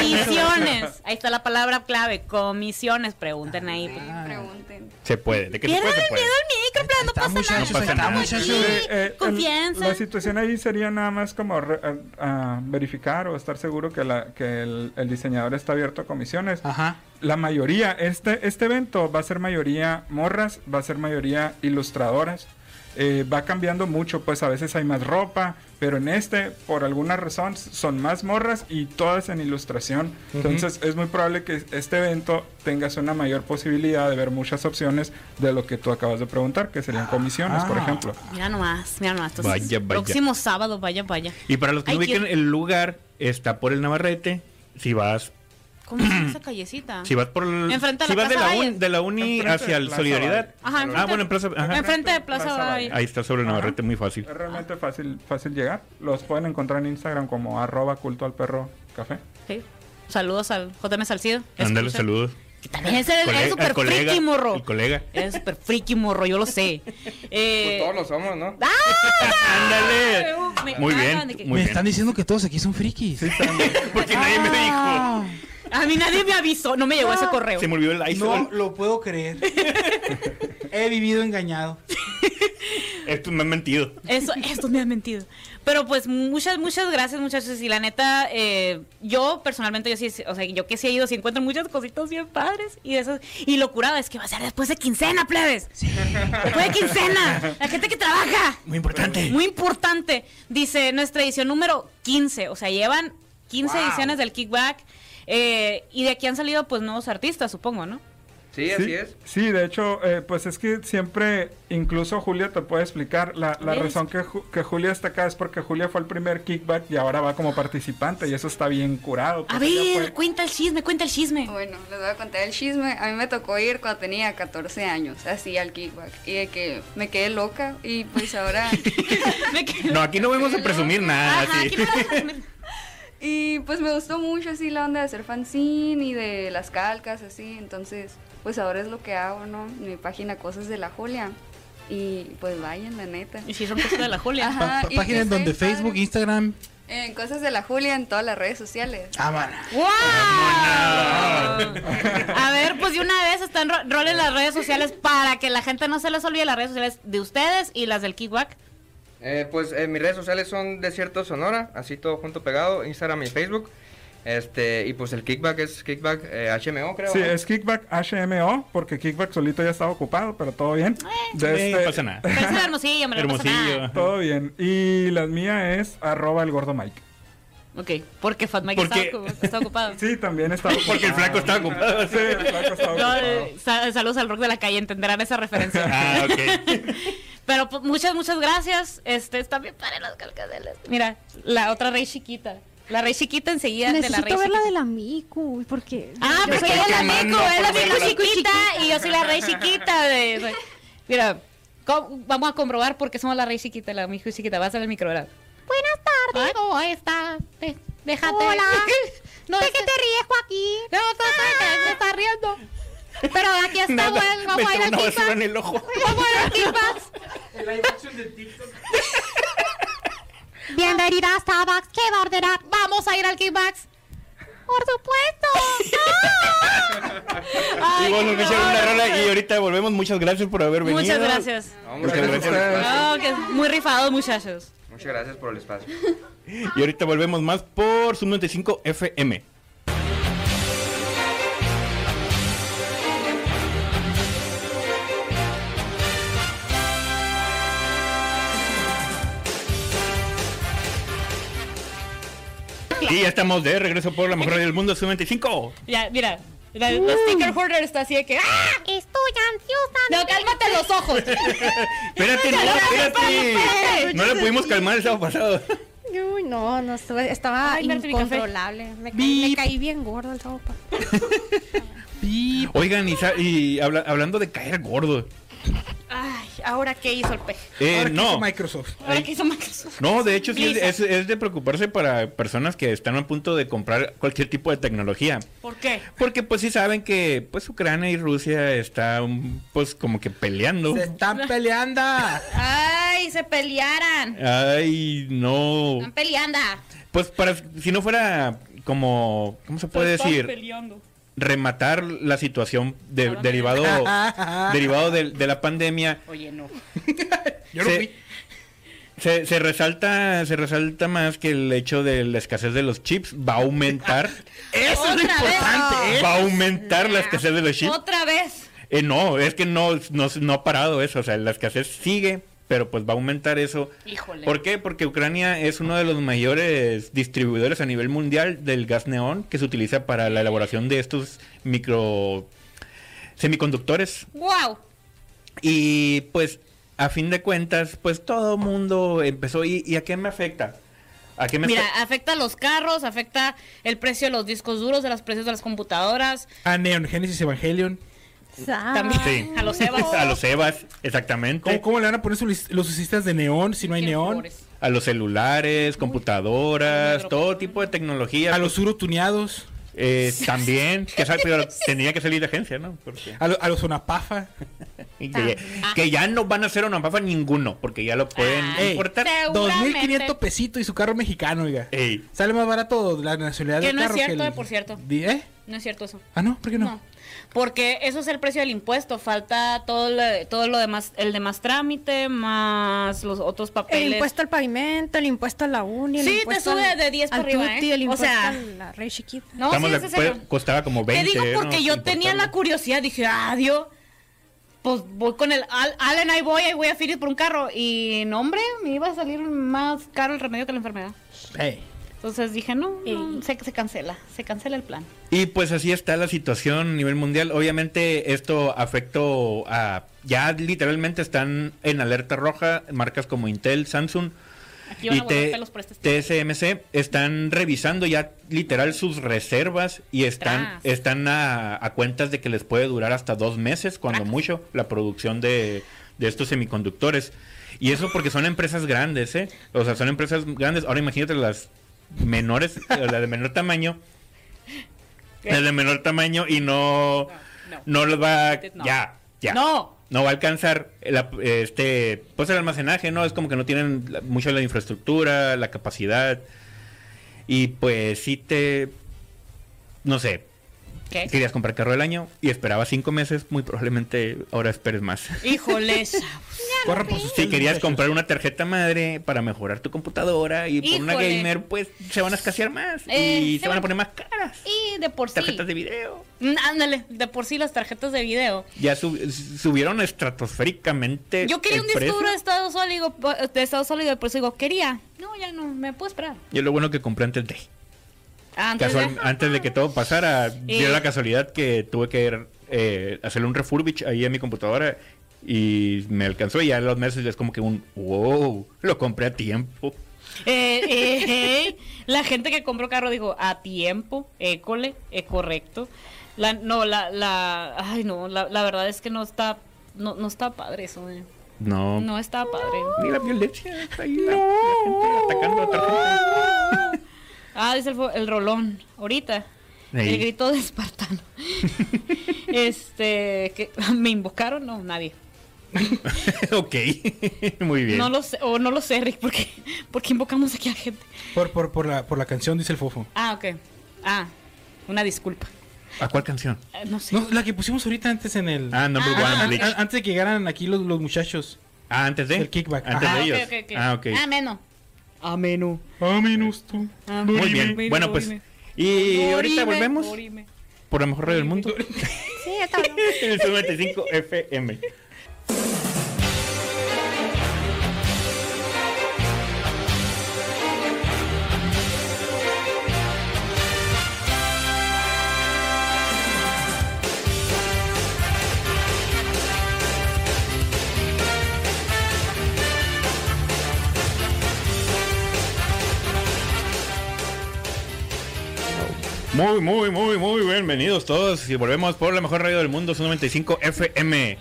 comisiones. Ahí está la palabra clave, comisiones. Pregunten ahí. pues. Ah. Sí, pregunten. Se puede. De que se Pierdan puede, se el puede. miedo al micro, Ah, Está pero no pasa muchachos, nada. pasa está nada. muchachos. Sí. Eh, eh, el- confianza. la situación ahí sería nada más como re- a- a verificar o estar seguro que, la, que el, el diseñador está abierto a comisiones. Ajá. La mayoría, este, este evento va a ser mayoría morras, va a ser mayoría ilustradoras. Eh, va cambiando mucho, pues a veces hay más ropa, pero en este, por alguna razón, s- son más morras y todas en ilustración. Entonces es muy probable que este evento tengas una mayor posibilidad de ver muchas opciones de lo que tú acabas de preguntar, que serían comisiones, por Ah. ejemplo. Mira nomás, mira nomás. Entonces, Vaya, vaya. Próximo sábado, vaya, vaya. Y para los que Ay, no ubiquen quiero- el lugar, está por el Navarrete. Si vas, ¿Cómo se llama esa callecita? si vas por el, Ah. Enfrente de si la vas de Plaza la, Valle. uni, de la uni Enfrente hacia de el Plaza Solidaridad. Valle. Ajá, Ah, bueno, en Plaza. ajá. Enfrente de Plaza Valle. Ahí está sobre el Navarrete, muy fácil. Es realmente fácil, fácil llegar. Los pueden encontrar en Instagram como arroba culto al perro café. Sí. Saludos al JM Salcido. Ándale, Escucha. saludos. Que también es, el- Cole- es al súper colega, friki, morro. al colega. Es súper friki, morro, yo lo sé. Eh, ¡Ah! Pues todos lo somos, ¿no? Ándale. me Muy cagan de bien, que- muy me bien. están diciendo que todos aquí son frikis. Porque nadie me dijo. Ah. A mí nadie me avisó, no me llegó Ah. ese correo. Se me olvidó el No Lysol. lo puedo creer. He vivido engañado. Esto me han mentido. Eso, esto me ha mentido. Pero pues muchas, muchas gracias muchachos. Y la neta, eh, yo personalmente, yo sí, o sea, yo que sí he ido, sí encuentro muchas cositas bien padres. Y de esas, y lo curado es que va a ser después de quincena, plebes. Después de quincena. La gente que trabaja. Muy importante. Muy importante. Dice nuestra edición número 15. O sea, llevan 15 ediciones del kickback. eh, y de aquí han salido pues nuevos artistas, supongo, ¿no? Sí, así es. Sí, de hecho, eh, pues es que siempre, incluso Julia te puede explicar, la, la ¿Ves? razón que, Ju- que Julia está acá es porque Julia fue el primer kickback y ahora va como participante y eso está bien curado. A pues, ella ver, fue- cuenta el chisme, cuenta el chisme. Bueno, les voy a contar el chisme. A mí me tocó ir cuando tenía 14 años, así al kickback. Y de que me quedé loca y pues ahora... Me quedo- No, aquí no vamos a presumir nada. Ajá, sí. aquí no vamos a presumir. y pues me gustó mucho así la onda de hacer fanzine y de las calcas, así. Entonces, pues ahora es lo que hago, ¿no? Mi página Cosas de la Julia. Y pues vayan, la neta. Y si son cosas de la Julia. Ajá, y que páginas esté donde padre. Facebook, Instagram. En Cosas de la Julia, en todas las redes sociales. Ah, man. ¡Wow! A ver, pues de una vez están ro- rolen las redes sociales para que la gente no se les olvide las redes sociales de ustedes y las del Kickback. Eh, pues eh, mis redes sociales son Desierto Sonora, así todo junto pegado, Instagram y Facebook. Este, y pues el kickback es kickback eh, HMO, creo. Sí, ¿no? es kickback HMO, porque kickback solito ya estaba ocupado, pero todo bien. De Eh, este- No pasa nada. Pero es de Hermosillo, hombre, no pasa Hermosillo. nada. Todo bien. Y la mía es arroba el gordo Mike. Ok, porque Fat Mike Porque- está, ocu- está ocupado. Sí, también estaba Porque el flaco estaba ocupado. Sí, el flaco estaba No, ocupado. eh, sa- saludos al rock de la calle, entenderán esa referencia. Ah, ok. Pero pues, muchas, muchas gracias. Este, están bien para los calcadeles. Mira, la otra rey chiquita. La rey chiquita enseguida de la rey Necesito ver chiquita. la de la Miku, porque... Ah, yo pues soy que es la quemando, Miku, es la por Miku favor. chiquita y yo soy la rey chiquita. de- de- Mira, co- vamos a comprobar por qué somos la rey chiquita, la Miku chiquita. Vas al micro, ¿verdad? Buenas tardes. ¿Cómo está? De- déjate. Hola. Ah, No, ¿De es- qué te ríes, Joaquín? No, pues, no, no, me está riendo. Pero aquí Nada, estamos, me vamos a ir echó al una basura en kickback. el ojo. Vamos a ir al kickback. Bienvenida a Starbucks. ¿Qué va a ordenar? Vamos a ir al kickback. Por supuesto. Y Ay, bueno, qué me echaron una horror. rola y ahorita volvemos. Muchas gracias por haber venido. Muchas gracias. Hombre, Muchas gracias por el gracias. espacio. No, que es muy rifado, muchachos. Muchas gracias por el espacio. Y ahorita volvemos más por Sub 95 FM. burla. Y ya estamos de regreso por la mejor radio del mundo, su 95. Ya, mira. La, la sticker holder está así de que. ¡Ah! Estoy ansiosa. No, cálmate los ojos. Espérate, no, espérate. No le pudimos calmar el sábado pasado. Uy, no, no estuve- estaba Ay, Marta, mi café. incontrolable. Me caí, me Bip. caí bien gordo el sábado. pasado. Pip. Oigan, y, sa- y habla- hablando de caer gordo. Ay, ahora qué hizo el peje. Eh, Ahora, ¿qué hizo no, Microsoft. Ahora qué hizo Microsoft. no, de hecho sí es, Blizzard. es- es de preocuparse para personas que están a punto de comprar cualquier tipo de tecnología. ¿Por qué? Porque pues sí saben que pues Ucrania y Rusia están pues como que peleando. Se están peleando. Ay, se pelearan. Ay, no. Están peleando. Pues para si no fuera como ¿cómo se Pues puede Están decir? peleando. Rematar la situación de- Ahora derivado Yo derivado del- de, la pandemia. Oye, no. no se- fui. Se, se resalta se resalta más que el hecho de la escasez de los chips va a aumentar Eso es lo Otra vez. importante. ¿eh? va a aumentar la escasez de los chips Otra vez. Eh, no es que no, no no ha parado eso o sea la escasez sigue pero pues va a aumentar eso Híjole. ¿Por qué? Porque Ucrania es uno de los mayores distribuidores a nivel mundial del gas neón que se utiliza para la elaboración de estos micro semiconductores. Wow. Y pues a fin de cuentas, pues todo mundo empezó. ¿Y, y a qué me afecta? ¿A qué me Mira, afecta? afecta a los carros, afecta el precio de los discos duros, de los precios de las computadoras, A Neon Genesis Evangelion. también Sí. a los Evas. A los Evas, exactamente. ¿Cómo, cómo le van a poner sus lis- los ucistas de neón si no hay Qué neón? pobres. A los celulares, computadoras, Negro. todo tipo de tecnología. A los urotuneados. Eh, también, que sal- pero tenía que salir de agencia, ¿no? Porque- A, lo- a los onapafa. Y Ah. Que, que ya no van a hacer una papa ninguno, porque ya lo pueden Ah, ey. importar. Seguramente. 2.500 pesitos y su carro mexicano, oiga. Ey, Sale más barato la nacionalidad Que del no es carro cierto, el- eh, por cierto. Di- ¿Eh? No es cierto eso. Ah, no, ¿por qué no? No. Porque eso es el precio del impuesto. Falta todo lo, todo lo demás, el demás trámite, más los otros papeles. El impuesto al pavimento, el impuesto a la uni, el Sí, te impuesto sube al- de 10 para al arriba, tutti, ¿eh? el O impuesto sea- a la rey chiquita. No, estamos sí, de es en acuerdo, serio. costaba como Te 20. digo ¿no? porque yo tenía la Importarlo. curiosidad. Dije, ah, Dios. Pues voy con el Al- Allen, ahí voy, ahí voy a Phoenix por un carro. Y no, hombre, me iba a salir más caro el remedio que la enfermedad. Ey. Entonces dije, no, no, se, se cancela, se cancela el plan. Y pues así está la situación a nivel mundial. Obviamente esto afectó a... Ya literalmente están en alerta roja marcas como Intel, Samsung Aquí van y a guardar T- pelos por este estilo. TSMC. Están revisando ya literal sus reservas y están, Tras. están a, a cuentas de que les puede durar hasta dos meses, cuando Tras. mucho, la producción de, de estos semiconductores. Y eso porque son empresas grandes, ¿eh? O sea, son empresas grandes. Ahora imagínate las menores, las de menor tamaño. Las de menor tamaño y no, Este, No, no, los va a- Did not. Ya, ya. No. No va a alcanzar el, ap- este, pues el almacenaje, ¿no? Es como que no tienen la- mucho la infraestructura, la capacidad. Y pues sí te... No sé, ¿Qué? querías comprar carro del año y esperabas cinco meses, muy probablemente ahora esperes más. Híjole, Corran por sus Si teles, querías muchachos. comprar una tarjeta madre para mejorar tu computadora y por una Híjole. gamer, pues se van a escasear más Eh, y se se van a van- poner más caras. y de por sí. Tarjetas de video. Mm, Ándale, de por sí las tarjetas de video. Ya sub- subieron estratosféricamente. Yo quería el un disco precio. duro de estado sólido, po- de estado sólido, por eso digo, quería. No, ya no, me puedo esperar. Y es lo bueno que compré antes de. Antes Casual- de- ah. Eh. antes de que todo pasara, Y- dio la casualidad que tuve que eh, hacerle un refurbish ahí en mi computadora y me alcanzó. Y ya a los meses es como que un wow, lo compré a tiempo. Eh, eh, eh, la gente que compró carro dijo, a tiempo, école, es correcto. La, no, la, la, ay no, la, la verdad es que no está, no, no está padre eso, eh. No. no está padre. Ni la violencia. está ahí la, la gente atacando a otra gente. Ah, dice el, fo- el rolón, ahorita. Ey. El grito de espartano. este, que me invocaron, no, nadie. ok, muy bien. No lo sé, o no lo sé, Rick, porque, porque invocamos aquí a gente. Por, por, por, la, por la canción, dice el fofo. Ah, ok. Ah, una disculpa. ¿A cuál canción? Eh, No sé. No, la que pusimos ahorita antes en el. Ah, Number Ah, One An- Bleach. an- antes de que llegaran aquí los, los muchachos. Ah, antes de. El kickback. Antes ah, de ok, ellos. ok, ok. Ah, ok. Ameno. A menos tú. Ah, Muy dorime, bien. dorime, Bueno, pues. dorime. Y Dorime, ahorita volvemos dorime. por la mejor radio del mundo. Sí, está bueno. en el 95 FM. Muy, muy, muy, muy bienvenidos todos. Y volvemos por la mejor radio del mundo, su 95 FM.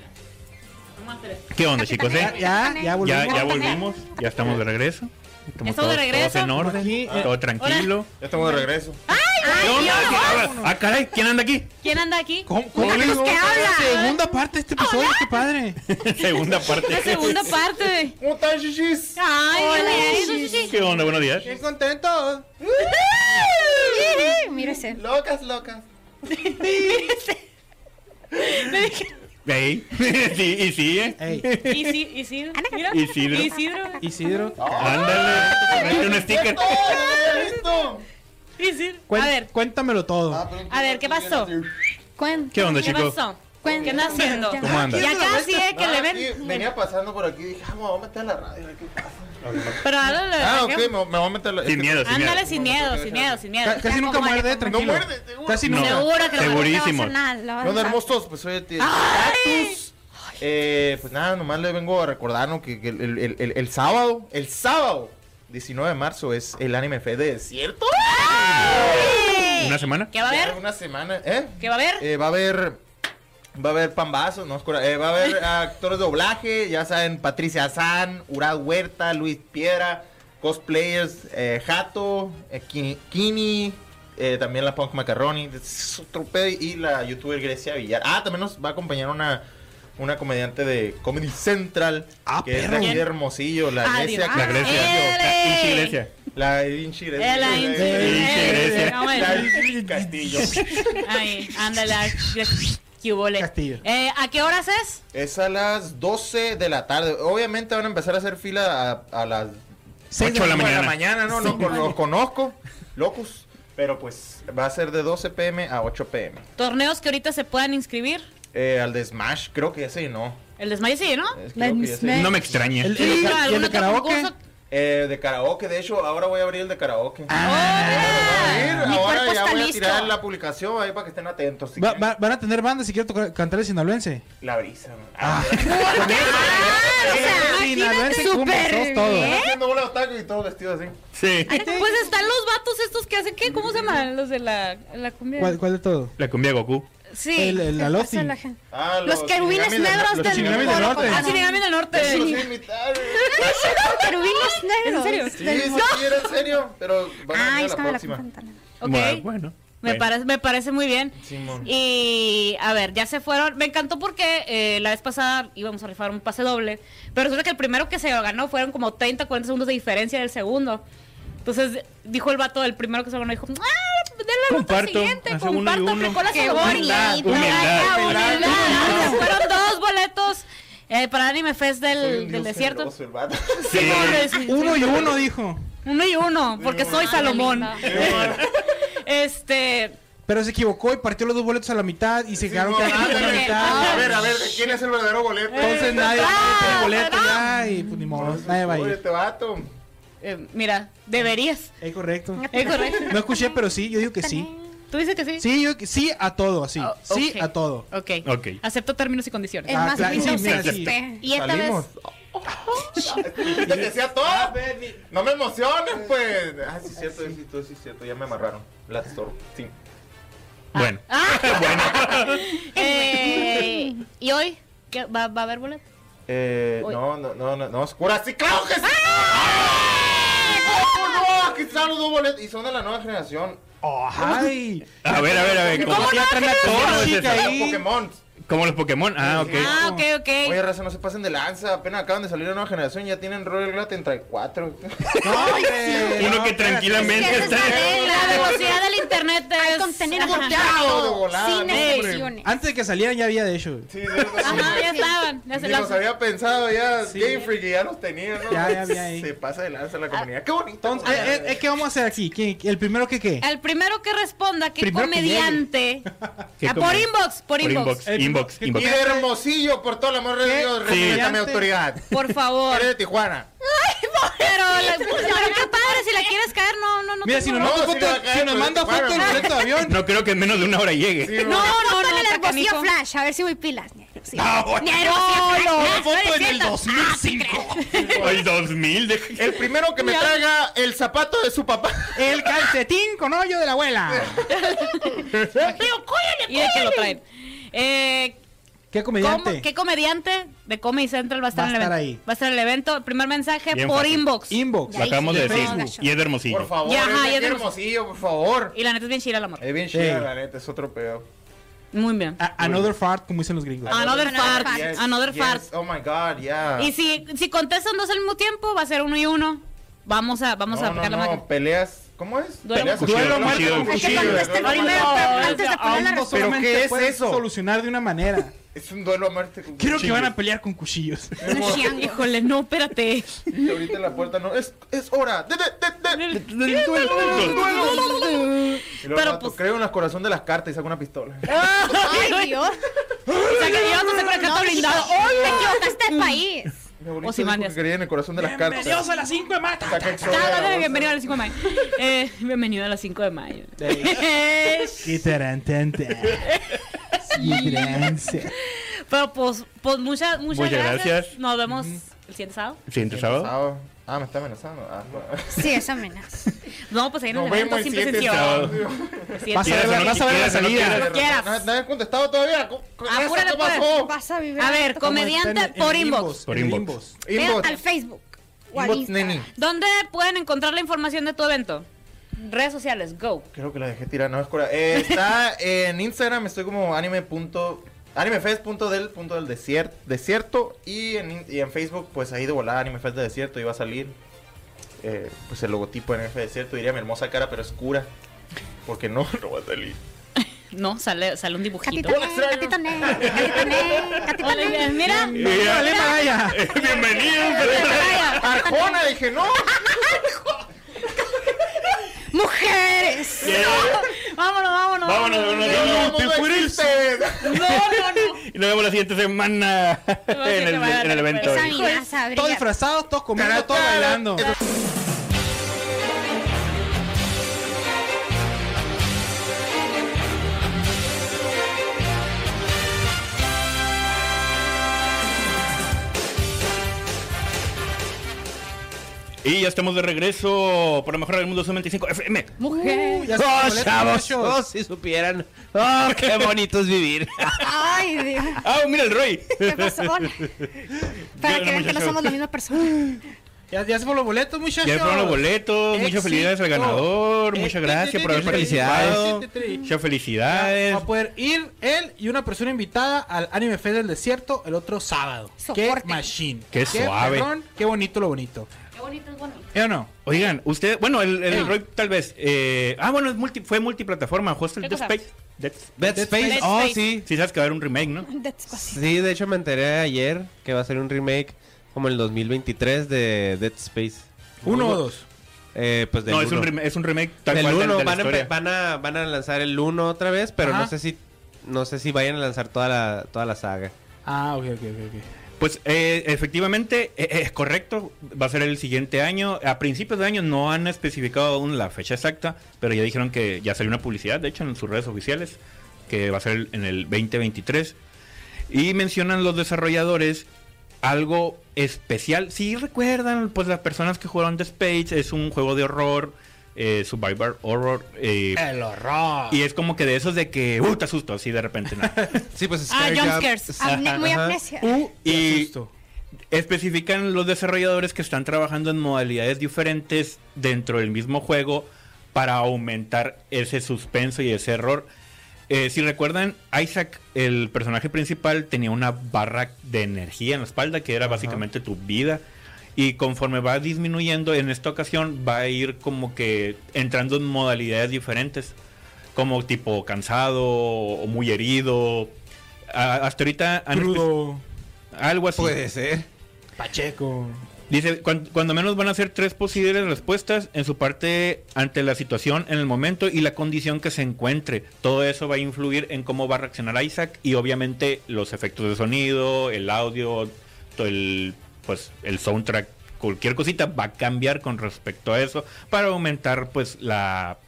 ¿Qué onda, chicos? eh? Ya, ya, ya Ya, volvimos. ya volvimos, ya estamos de regreso. Estamos Estamos de todos, todos regreso. en orden, Pues Aquí, eh, todo tranquilo. Ya estamos de regreso. ¿Qué onda? ¿Qué hablas? Ah, caray, ¿quién anda aquí? ¿Quién anda aquí? ¿Cómo, cómo Una cruz que habla. Segunda parte de este episodio, qué padre. Segunda parte. La segunda parte. ¿Cómo están, chichis? Ay, hola. ¿Qué onda? Buenos días. Bien contentos. Mírese. Locas, locas. Ey. sí, y sí, eh. Ey, Y sí, y sí. Mira. Isidro. Isidro. Isidro. Ándale, mete un sticker. ¡Listo! Isidro. cuen- A ver, Cuéntamelo todo. A ver, ¿qué pasó? Cuen- ¿Qué onda, ¿qué chicos? pasó? cuen- ¿Qué anda haciendo? Ya. ¿Cómo andas? Ya casi, eh, que Ah, le sí, ven. venía pasando por aquí y dije, ah, me voy a meter a la radio, a ver qué pasa. Pero ahora le Ah, ok, me, me voy a meter a la Sin miedo, sin miedo. Ándale sin miedo, sin miedo, sin miedo. Ca- Casi nunca muerde, No tranquilo. muerde, seguro. Casi No. nunca. Seguro que lo Seguro. van No Segurísimo. vas a nada, lo vas ¿Qué onda, a nada. hermosos? Pues soy el tío Cactus. Eh, pues nada, nomás le vengo a recordar ¿no? que, que el, el- el- el sábado, el sábado 19 de marzo es el Anime Fest de Desierto. ¿Una semana? ¿Qué va a Ya haber? Una semana, ¿eh? ¿Qué va a haber? Eh, va a haber. Va a haber pambazos, no es cura- eh, va a haber actores de doblaje, ya saben, Patricia San, Urad Huerta, Luis Piedra, cosplayers, eh, Jato, eh, Ki- Kini, eh, también la Punk Macaroni, es otro pedo, y la youtuber Grecia Villar. Ah, también nos va a acompañar una, una comediante de Comedy Central, Ah, que es perro. de aquí de Hermosillo, la Ah, Grecia. Dios. La Grecia. Ah, La ¡Ele! pinche Grecia. La Inchi Eh, la Grecia. Inchi Grecia. Grecia. Ah, bueno. La Inchi Castillo. Ay, ándale. ah, ¿Qué hubo, le? Castillo. Eh, ¿A qué horas es? Es a las 12 de la tarde. Obviamente van a empezar a hacer fila a, a las Seis Ocho de la cinco mañana. ¿no? No, con- los conozco, locos. Pero pues va a ser de 12 pm a 8 pm. Torneos que ahorita se puedan inscribir. Eh, al de Smash, creo que ese no. El desmayo sí, ¿no? Es- creo que ya se- No me extraña. El- Sí, ¿Y algún de otro karaoke? concurso. Eh, de karaoke, de hecho, ahora voy a abrir el de karaoke. ¡Oh, Voy a mira! abrir, Mi ahora cuerpo ya está voy a listo. tirar la publicación ahí para que estén atentos. si Va- quieren. va- van a tener bandas si quiero tocar, cantar el sinaloense. La brisa, ¿no? Sinaloense Ah, súper cumbre, sos todo. bien. Haciendo bola de tacos y todos vestidos así. Sí. Pues están los vatos estos que hacen, ¿qué? ¿Cómo se llaman? Los de la, la cumbia. ¿Cuál, cuál de todo? La cumbia Goku. Sí. El, el, la Pasa Lofi. la gente. Ah, Los querubines shinigamis del- negros los del shinigamis del Polo norte. Colorado. Ah, Shinigami del Eso los Norte. iba a imitar, güey. Querubines negros. serio? Sí, eso sí, era en serio, pero van a Ay, venir es a que la me la próxima. confundan. Bueno, Ok. Bueno. Me, Bueno. parece, me parece muy bien. Simón. Y a ver, ya se fueron. Me encantó porque eh, la vez pasada íbamos a rifar un pase doble. Pero resulta que el primero que se lo ganó fueron como 30, 40 segundos de diferencia del segundo. Entonces dijo el vato del primero que se lo ganó: dijo, ¡Ah! De la ruta Comparto, siguiente, hace uno y comparto, uno. aplicó la Qué salvadoreña. bonito. Humildad. Ay, la Humildad. humildad. Fueron dos boletos eh, para Anime Fest Soy del, un del dios desierto. celoso, el vato. Sí. Sí. Uno y uno, dijo. Uno y uno, porque soy Ah, Salomón. linda. Este. Pero se equivocó y partió los dos boletos a la mitad y se Simón, quedaron cada uno a la ándale. mitad. A ver, a ver, ¿quién es el verdadero boleto? Entonces nadie nadie tiene Ah, boleto ¿verdad? ya y pues ni modo, nadie va a Oye, ir. este vato. eh, mira, deberías. Es correcto. Es correcto. No escuché, pero sí, yo digo que sí. ¿Tú dices que sí? Sí, yo que- sí a todo, así. Ah, Sí ok. a todo. Ok. Ok. Acepto términos y condiciones. El Ah, más claro, sí, lindo mira, se sí. quité. y esta Salimos. vez. Ya que sea todo. No me emociones, pues. Ah, sí, es cierto, sí, sí, sí, es cierto. Ya me amarraron. La tesoro. Sí. Ah. Bueno. Eh, ¿Y hoy? ¿Qué- va, va a haber boleto? Eh, Oye. no, no, no, no, no, oscura. Sí, claro que sí. ¡Oh, no! ¡Ah! Aquí están los dos boletos. Y son de la nueva generación. Oh, Ay. A ver, a ver, a ver. ¿Cómo, Ya traen la no es chica esa? ahí. Pokémon. como los Pokémon. Ah, ok. Ah, ok, ok. Oye, raza, no se pasen de lanza. Apenas acaban de salir la nueva generación. Ya tienen Royal Glat en 34. No, hombre, Uno no, que espérate. tranquilamente Es que esa está. es la Eh, la velocidad del internet es. Hay contenido Ajá. Todo de bloqueado. volada, Sin no, excepciones. Antes de que salieran ya había de hecho. Sí, sí, sí. Ajá, ya estaban. Ya se Ni los lanzan. había pensado ya, Sí. Game Freak y ya los tenía, ¿no? Ya, ya había ahí. Se pasa de lanza la comunidad. ¡Qué bonito! Entonces, comunidad. eh, eh, ¿qué vamos a hacer aquí? ¿Quién- ¿El primero que qué? El primero que responda, ¿qué Primero que comediante? ¿Qué Ah, por comediante? inbox, por, Por inbox. inbox, Eh, inbox, ¿qué y inbox. de Hermosillo, por todo el amor de Dios, respeta mi brillante. autoridad. Por favor. Eres de Tijuana. Pero, la- pero qué padre, si la quieres caer, no, no, no. Mira, tengo si nos no, manda si foto, la cae, si nos pues, manda bueno, foto el no. boleto de avión. No creo que en menos de una hora llegue. Sí, No, no, no, está Rocío canijo. Flash, a ver si voy pilas. Ni a Rocío. No, Ni a Rocío Flash, no, no, voto estoy en el Ah, diciendo. 2005. El 2000, deja que- El primero que me traiga el zapato de su papá. El calcetín con hoyo de la abuela. Y de que lo traen. Eh, ¿Qué ¿cómo- comediante? ¿Qué comediante de Comedy Central va a estar Va a en el estar evento? ahí. Va a estar en el evento. Primer mensaje Bien por fácil. inbox. Inbox. Ya Lo acabamos de hice, decir. Facebook. Y es de Hermosillo. Por favor, Ya, es ajá, de ya aquí tenemos- hermosillo, por favor. y la neta es bien chida la morra. Es bien chida, Sí. la neta, es otro pedo. Muy bien. A- another fart, como dicen los gringos. Ah, Another fart. Yes, Another yes, fart. Oh my god, yeah. Y si, si contestan dos al mismo tiempo, va a ser uno y uno. Vamos a, vamos a no, aplicar no, la no, máquina. peleas. ¿Cómo es? Duelo peleas con cuchillo, cuchillo. con Hay que cuchillo. contestar Duelo a primero, muerte- pero antes de poner la Aún no respuesta. ¿Pero solamente qué es puedes eso? solucionar de una manera. Es un duelo a muerte. con Quiero que cuchillo. van a pelear con cuchillos. No, chiango. Híjole, no, espérate. Y ahorita en la puerta no. Es, es hora. De, de, de, de. Y luego Pero, el vato, pues- creo en el corazón de las cartas y saca una pistola. Ah, Ay, Dios. O sea, que me ibas a No, hacer proyecto te blindado. equivocaste de país. Mi abuelito dijo Ozymandias. que creía en el corazón de las cartas. Bienvenidos a las 5 de mata. Saca el Oh, Ya, sobre de la ya, ya, bolsa. Bienvenido a las 5 de mayo. Eh, bienvenido a las 5 de mayo. Y tarantanta. Y trance. Pero pues, pues muchas, muchas, Muchas gracias. gracias. Nos vemos el siguiente sábado. Siguiente sábado. Sábado. Ah, me está amenazando. Ah, no. Sí, es amenaza. No, pues ahí en el Nos evento vemos el sin siguiente presencial. sábado. El siguiente Vas a ver, sábado. la- vas a ver la Quieras o no salida. quieras. Lo quieras. No, no han contestado todavía. ¿Cómo- cómo- Apúrale, ¿Qué pues. pasó? Vas a vivir. A ver, como comediante por inbox. Por en inbox. Inbox. al Facebook. o al Inbox, Instagram. neni. ¿Dónde pueden encontrar la información de tu evento? Redes sociales, go. Creo que la dejé tirar, no es cura. Eh, está en Instagram, estoy como anime. punto- animefest.del punto del desier- desierto. Y en, in- y en Facebook, pues ahí de volada, animefest de desierto, iba a salir. eh, pues el logotipo de animefest desierto, diría mi hermosa cara, pero oscura. Porque no, no va a salir. No, sale, sale un dibujito. Catita Ney, Catita Ney, Catita Ney, Catita Hola, Ney. Mira, Mira, ¡Dale, Maraya! Bienvenido. Arjona, dije, no. Mujeres. vámonos, vámonos. Vámonos, vámonos, vámonos. Te no fuiste. existe. No, no, no. Y nos vemos la siguiente semana en el, en el evento. pues, Esa amenaza, Todos brilla. disfrazados, todos comiendo, todos bailando. Y ya estamos de regreso por lo mejor del mundo 95 FM. Mujeres. Ya se ¡Oh, molestan, chavos! muchachos. ¡Oh, si supieran! ¡Oh, qué bonito es vivir! Ay, Dios. ¡Ah, mira el Roy! ¿Qué pasó? Hola. Para Hola, que vean que no muchachos. somos la misma persona. Ya, ya se fueron los boletos, muchachos. Ya fueron los boletos. Muchas Éxito. felicidades al ganador. Muchas gracias por haber participado. Muchas Va felicidades. a poder ir él y una persona invitada al Anime Fest del Desierto el otro sábado. Soporte. Qué machine. Qué suave. perrón, qué bonito lo bonito. Qué bonito es bonito. ¿Eh o no? Oigan, usted, bueno, el, el Roy tal vez. eh, ah, bueno, es multi- fue multiplataforma. Hostel ¿Qué Dead cosa? Space. Dead- Dead Space, Space. oh Dead Space. sí. Sí, sabes que va a haber un remake, ¿no? That's cosita. Sí, de hecho me enteré ayer que va a ser un remake como el 2023 de Dead Space. Uno o dos. Eh, pues del No, es un, uno. remake, es un remake tal Del cual de- de, 1 la van, a empe- historia. van a van a lanzar el 1 otra vez, pero Ajá. no sé si no sé si vayan a lanzar toda la toda la saga. Ah, ok, ok, ok. ok. Pues eh, efectivamente, eh, es correcto, va a ser el siguiente año. A principios de año no han especificado aún la fecha exacta, pero ya dijeron que ya salió una publicidad, de hecho, en sus redes oficiales, que va a ser el- en el 2023. Y mencionan los desarrolladores algo especial. Si recuerdan, pues las personas que jugaron The Space es un juego de horror, eh, Survivor Horror. eh, El horror. y es como que de esos de que, uh, te asusto, así de repente. ¿no? Sí, pues Ah, Scare jump Jump- scares. Ajá, Amne- Muy ajá. amnesia. Uh, y- y asusto. Especifican los desarrolladores que están trabajando en modalidades diferentes dentro del mismo juego para aumentar ese suspenso y ese error. Eh, si recuerdan, Isaac, el personaje principal, tenía una barra de energía en la espalda que era básicamente tu vida. Y conforme va disminuyendo, en esta ocasión va a ir como que entrando en modalidades diferentes. Como tipo cansado o muy herido. A- hasta ahorita... han Crudo. Pues, espe- Algo así. Puede ser. Pacheco. Dice, cuan- cuando menos van a ser tres posibles respuestas en su parte ante la situación en el momento y la condición que se encuentre. Todo eso va a influir en cómo va a reaccionar Isaac y obviamente los efectos de sonido, el audio, to- el pues el soundtrack, cualquier cosita va a cambiar con respecto a eso para aumentar pues la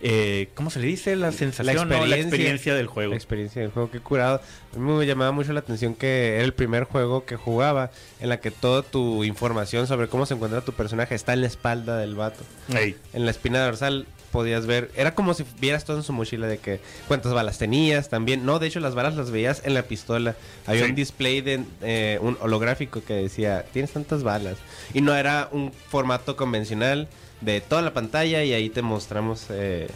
eh, ¿cómo se le dice? La sensación La o la experiencia. experiencia del juego. La experiencia del juego, qué curado. A mí me llamaba mucho la atención que era el primer juego que jugaba en la que toda tu información sobre cómo se encuentra tu personaje está en la espalda del vato. Ey. En la espina dorsal podías ver, era como si vieras todo en su mochila de que cuántas balas tenías también. No, de hecho las balas las veías en la pistola. Había Sí. un display de eh, un holográfico que decía, tienes tantas balas. Y no era un formato convencional de toda la pantalla y ahí te mostramos... eh,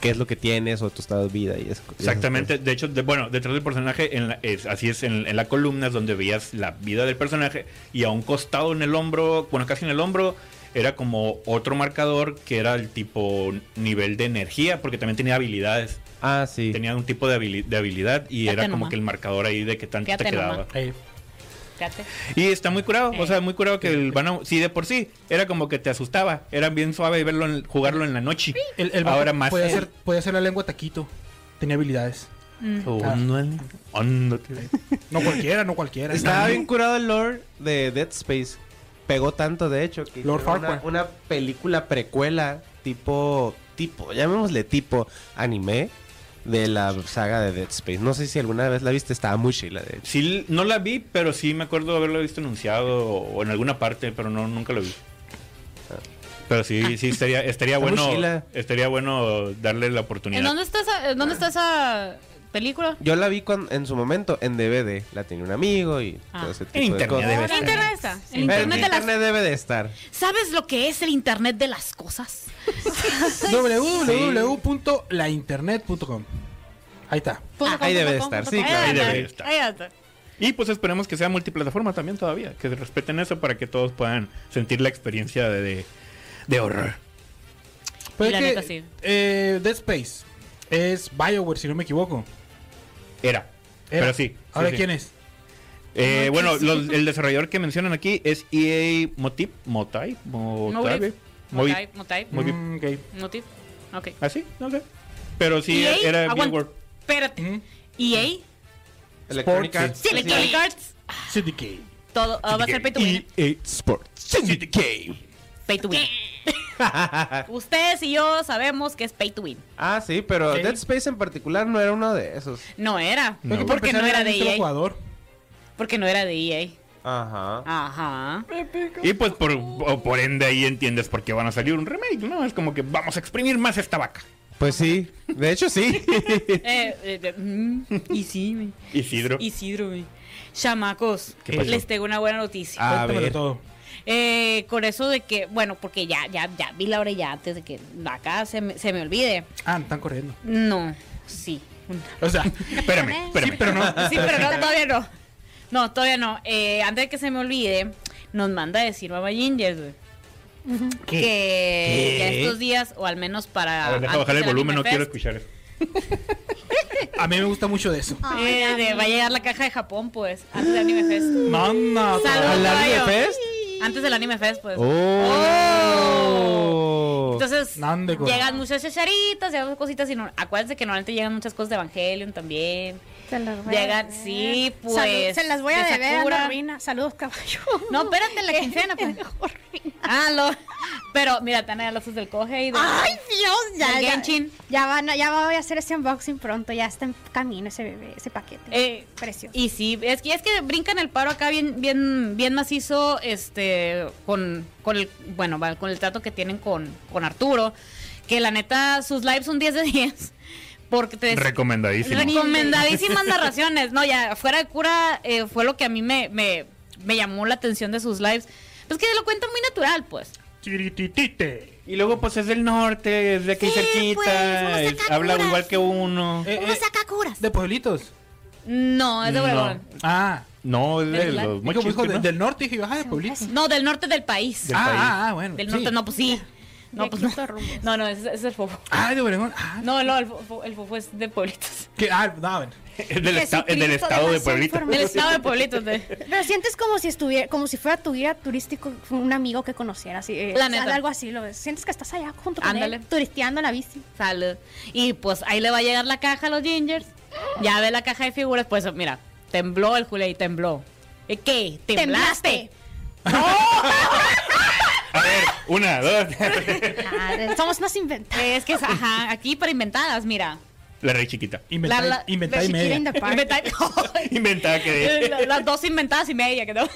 qué es lo que tienes o tu estado de vida y eso. Exactamente, de hecho, de- bueno, detrás del personaje, en la- es- así es, en, en la columna es donde veías la vida del personaje y a un costado en el hombro, bueno, casi en el hombro, era como otro marcador que era el tipo nivel de energía, porque también tenía habilidades, Ah, sí. tenía un tipo de, habili- de habilidad y Fíjate era como nomás. que el marcador ahí de que tanto te Fíjate quedaba. nomás. Ey. Fíjate. Y está muy curado, o Eh. sea, muy curado que el vano, sí, de por sí, era como que te asustaba, era bien suave verlo en- jugarlo en la noche. El, el Ahora Ahora más. Puede hacer, puede hacer la lengua taquito. Tenía habilidades. Mm. Ah. Ándale, ándate. No cualquiera, no cualquiera. Estaba bien curado el lore de Dead Space. Pegó tanto, de hecho, que Lord hicieron una, Farquaad. una película precuela tipo, tipo, llamémosle tipo anime de la saga de Dead Space. No sé si alguna vez la viste, estaba muy chila, de hecho. Sí, no la vi, pero sí me acuerdo haberlo visto anunciado o en alguna parte, pero no nunca lo vi. Pero sí, sí estaría, estaría Está muy bueno, chila. estaría bueno darle la ¿En oportunidad. dónde está esa, en dónde está esa película? Yo la vi cuan- en su momento en DVD. La tenía un amigo y Ah. todo ese tipo En de internet cosas. debe En internet está. En internet En de las internet debe de estar. ¿Sabes lo que es el internet de las cosas? www.lainternet.com. Ahí está. Punto com, ahí debe de punto com, estar, punto sí, com. claro, ahí debe debe de de estar. Ahí debe de estar. Y pues esperemos que sea multiplataforma también todavía, que se respeten eso para que todos puedan sentir la experiencia de, de, de horror. Pues Y la es que, neta, sí. eh, Dead Space es Bioware, si no me equivoco. Era. Era. Pero sí. Ahora, sí, sí. ¿quién es? Eh, bueno, los- el desarrollador que mencionan aquí es E EA Motip, Motai, Motabe, Motive. Movi- Motive. Motive. Muy bien. Mm, ok. Motive. Ok. así, Ah, no sé. Pero sí EA, era E aguanta. Bioware. Espérate. E Mm. EA. Electronic Arts. Pues Sí, Electronic Arts. Syndicate. Todo ah, va a ser pay to win. EA Sports. Pay to win. Ustedes y yo sabemos que es pay to win. Ah, sí, pero Sí. Dead Space en particular no era uno de esos. No era. No. Porque, Porque no era de E EA. jugador. Porque no era de EA. Ajá. Ajá. Y pues por, o por ende ahí entiendes por qué van a salir un remake, ¿no? Es como que vamos a exprimir más esta vaca. Pues sí, de hecho sí. Eh, eh, de- mm, y sí, güey. Isidro. Isidro, güey. Chamacos, ¿Qué pasó? les tengo una buena noticia. A Cuéntamelo ver. todo. Eh, con eso de que, bueno, porque ya, ya, ya vi la hora y ya antes de que acá se me, se me olvide. Ah, me están corriendo. No, sí. O sea, Espérame, espérame. pero no. Sí, pero no, todavía no. No, todavía no. Eh, antes de que se me olvide, nos manda a decir Baba Ginger, güey, Que ya estos días, o al menos para. A ver, deja antes bajar el del volumen, Anime no quiero Fest, escuchar eso. A mí me gusta mucho de eso. eh, de- va a llegar la caja de Japón, pues. Antes del Anime Fest. No, no. Saludos, ¿Al Anime caballo. Fest? Antes del Anime Fest, pues. Oh. Entonces, Nande, güey. llegan muchas chacharitas, llegan muchas cositas. Y no, acuérdense que normalmente llegan muchas cosas de Evangelion también. Se las voy a Llegan, deber. sí, pues. Salud- se las voy a de deber a Sakura. Norvina. Saludos, caballo. No, espérate, la quincena, pues. Ah, lo. Pero mira, Tana ya los del coge y de. Ay, Dios, ya. Del ya- Genshin. Ya, van, a- ya voy a hacer ese unboxing pronto. Ya está en camino ese bebé, ese paquete. Eh, Precioso. y sí, es que es que brincan el paro acá bien, bien, bien macizo, este, con, con el, bueno, va, con el trato que tienen con, con Arturo, que la neta, sus lives son 10 de 10, porque te des- Recomendadísimo. Recomendadísimas narraciones. No, ya fuera de cura eh, fue lo que a mí me, me, me llamó la atención de sus lives. Pues que lo cuentan muy natural, pues. Chirititite. Y luego pues es del norte, es de aquí Sí, cerquita, pues, unos es- acá habla curas. igual que uno. Eh, eh, saca curas? de pueblitos. No, es de No. Obregón. Ah. No, es de ¿Del los Digo, mochis, hijo, de- ¿no? del norte. Dije yo, ah, de pueblitos. No, del norte del país. Del ah, país. ah, ah, bueno. Del sí. norte, no, pues sí. No, De pues Quito no. rumbo. No, no, ese ese es el fofo. Ah, de Obregón. Ah, No, no, el fofo, el fofo es de pueblitos. que- ah, no, bueno. Es del, esta- es del Jesucristo estado de nació en Pueblito. forma- Del estado de pueblitos. de- Pero sientes como si estuviera, como si fuera tu guía turístico, un amigo que conocieras. así, eh, La o sea, neta. algo así, lo ves. Sientes que estás allá junto con Ándale. él, turisteando en la bici. Salud. Y pues ahí le va a llegar la caja a los Gingers. Ya ve la caja de figuras. Pues mira, tembló el Julio y tembló. ¿Eh, ¿Qué? ¿Temblaste? Temblaste. A ver, una, dos. Ah, Somos unas inventadas. Es que, es- ajá, aquí para inventadas, mira. La rey chiquita. Inventar La- la- inventar y Chiquita in media. the park. Inventar- Inventada que La- Las dos inventadas y media quedó.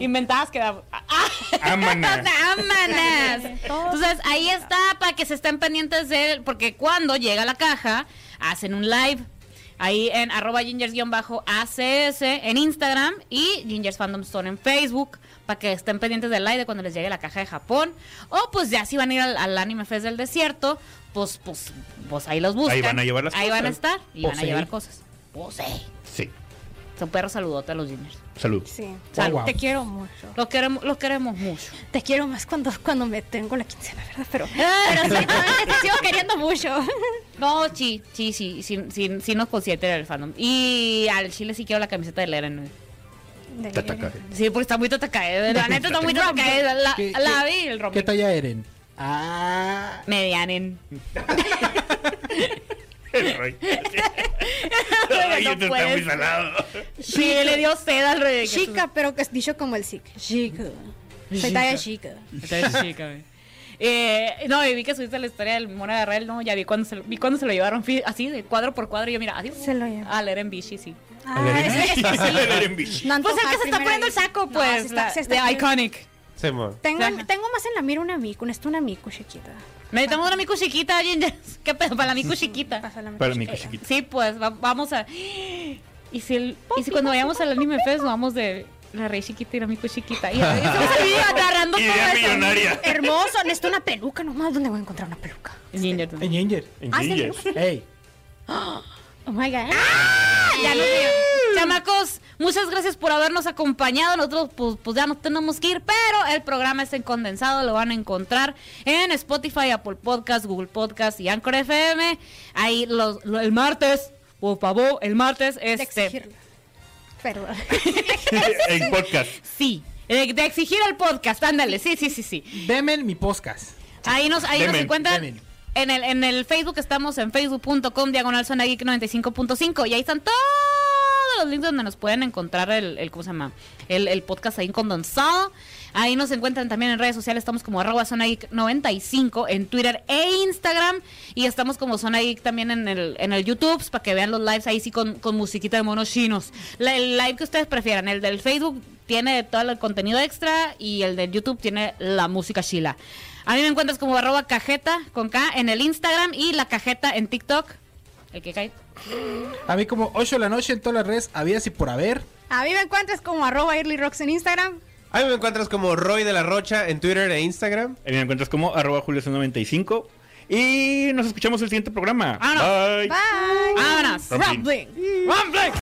Inventadas quedamos. ¡Ah! Ámanas. ¡Ámanas! Entonces ahí está para que se estén pendientes de él, porque cuando llega la caja, hacen un live. Ahí en arroba gingers-acs en Instagram y Gingers Fandom Store en Facebook para que estén pendientes del live de cuando les llegue la caja de Japón. O pues ya si van a ir al, al Anime Fest del Desierto, pues, pues, pues ahí los buscan. Ahí van a llevar las Ahí van a cosas. estar y van a Posey. llevar cosas. Posey. Sí. Son perros saludote a los Gingers. Salud. Sí. Salud. Wow. Te quiero mucho. Los queremos, los queremos mucho. Te quiero más cuando, cuando me tengo la quincena, ¿verdad? Pero, pero sí, también te sigo queriendo mucho. No, sí, sí, sí, sí, sí, sí nos consienten el fandom. Y al chile sí quiero la camiseta de Leren. güey. De- Tataka. Sí, porque está muy tatacae. La neta está muy tatacae. La, la, ¿Qué- la qué- vi, el ¿Qué rompe. talla Eren? Ah. Medianen. El rey. Ay, No esto está puedes. muy salado. Sí, le dio sed al rey. Chica, pero que es dicho como el sick. Chica. Soy talla chica. Está chica, güey. Eh, no, y vi que subiste la historia del Mona de Arrel, no, ya vi cuando se, lo- vi cuando se lo llevaron fi- así, de cuadro por cuadro, y yo mira, así. Se lo llevó. Ah, Leren Bishi, sí. Ah, es que- El en bici. no Pues el antojar que se está primera poniendo el vez. saco, No, pues, se está- la- se está de poniendo- Iconic. Simón. Tengo, Ajá. tengo más en la mira una Miku, necesito una Miku chiquita. Necesitamos una Miku chiquita, Ginger. ¿Qué pedo? Para la Miku chiquita. Pasa la Miku Para mí chiquita. que chiquito. Sí, pues va- vamos a. Y si, el- y si cuando vayamos al anime fest, nos vamos de la rey chiquita y la mico chiquita. Y y estamos ahí agarrando todo Idea eso. millonaria. Hermoso, necesito una peluca nomás. ¿Dónde voy a encontrar una peluca? Ginger, tú. En Ginger. En Hazle Gingers. Ey. Oh my god. Ah, Ya nos vemos. Chamacos, muchas gracias por habernos acompañado. Nosotros pues, pues ya nos tenemos que ir, pero el programa está en condensado. Lo van a encontrar en Spotify, Apple Podcast, Google Podcast y Anchor FM. Ahí los, lo- el martes, por favor, el martes. De Este, exigirla. Perdón. En podcast. sí, de, de exigir el podcast. Ándale, sí, sí, sí, sí. Deme mi podcast. Ahí nos, ahí nos Demen, encuentran. demen. En el, en el Facebook estamos en facebook.com diagonal zona geek 95.5 y ahí están todos los links donde nos pueden encontrar el, el ¿cómo se llama? El, el podcast ahí condensado. Ahí nos encuentran también en redes sociales, estamos como arroba zona geek 95 en Twitter e Instagram y estamos como zona geek también en el, en el YouTube para que vean los lives ahí sí con, con musiquita de monos chinos. La- el live que ustedes prefieran, el del Facebook tiene todo el contenido extra y el del YouTube tiene la música chila. A mí me encuentras como arroba cajeta con K en el Instagram y la cajeta en TikTok. El que cae. A mí como 8 de la noche en todas las redes, habidas y por haber. A mí me encuentras como arroba earlyrocks en Instagram. A mí me encuentras como Roy de la Rocha en Twitter e Instagram. Ahí me encuentras como arroba julio95. Y nos escuchamos el siguiente programa. Vámonos. Bye. Bye. ¡Vámonos! Rumbling. Rumbling. Rumbling.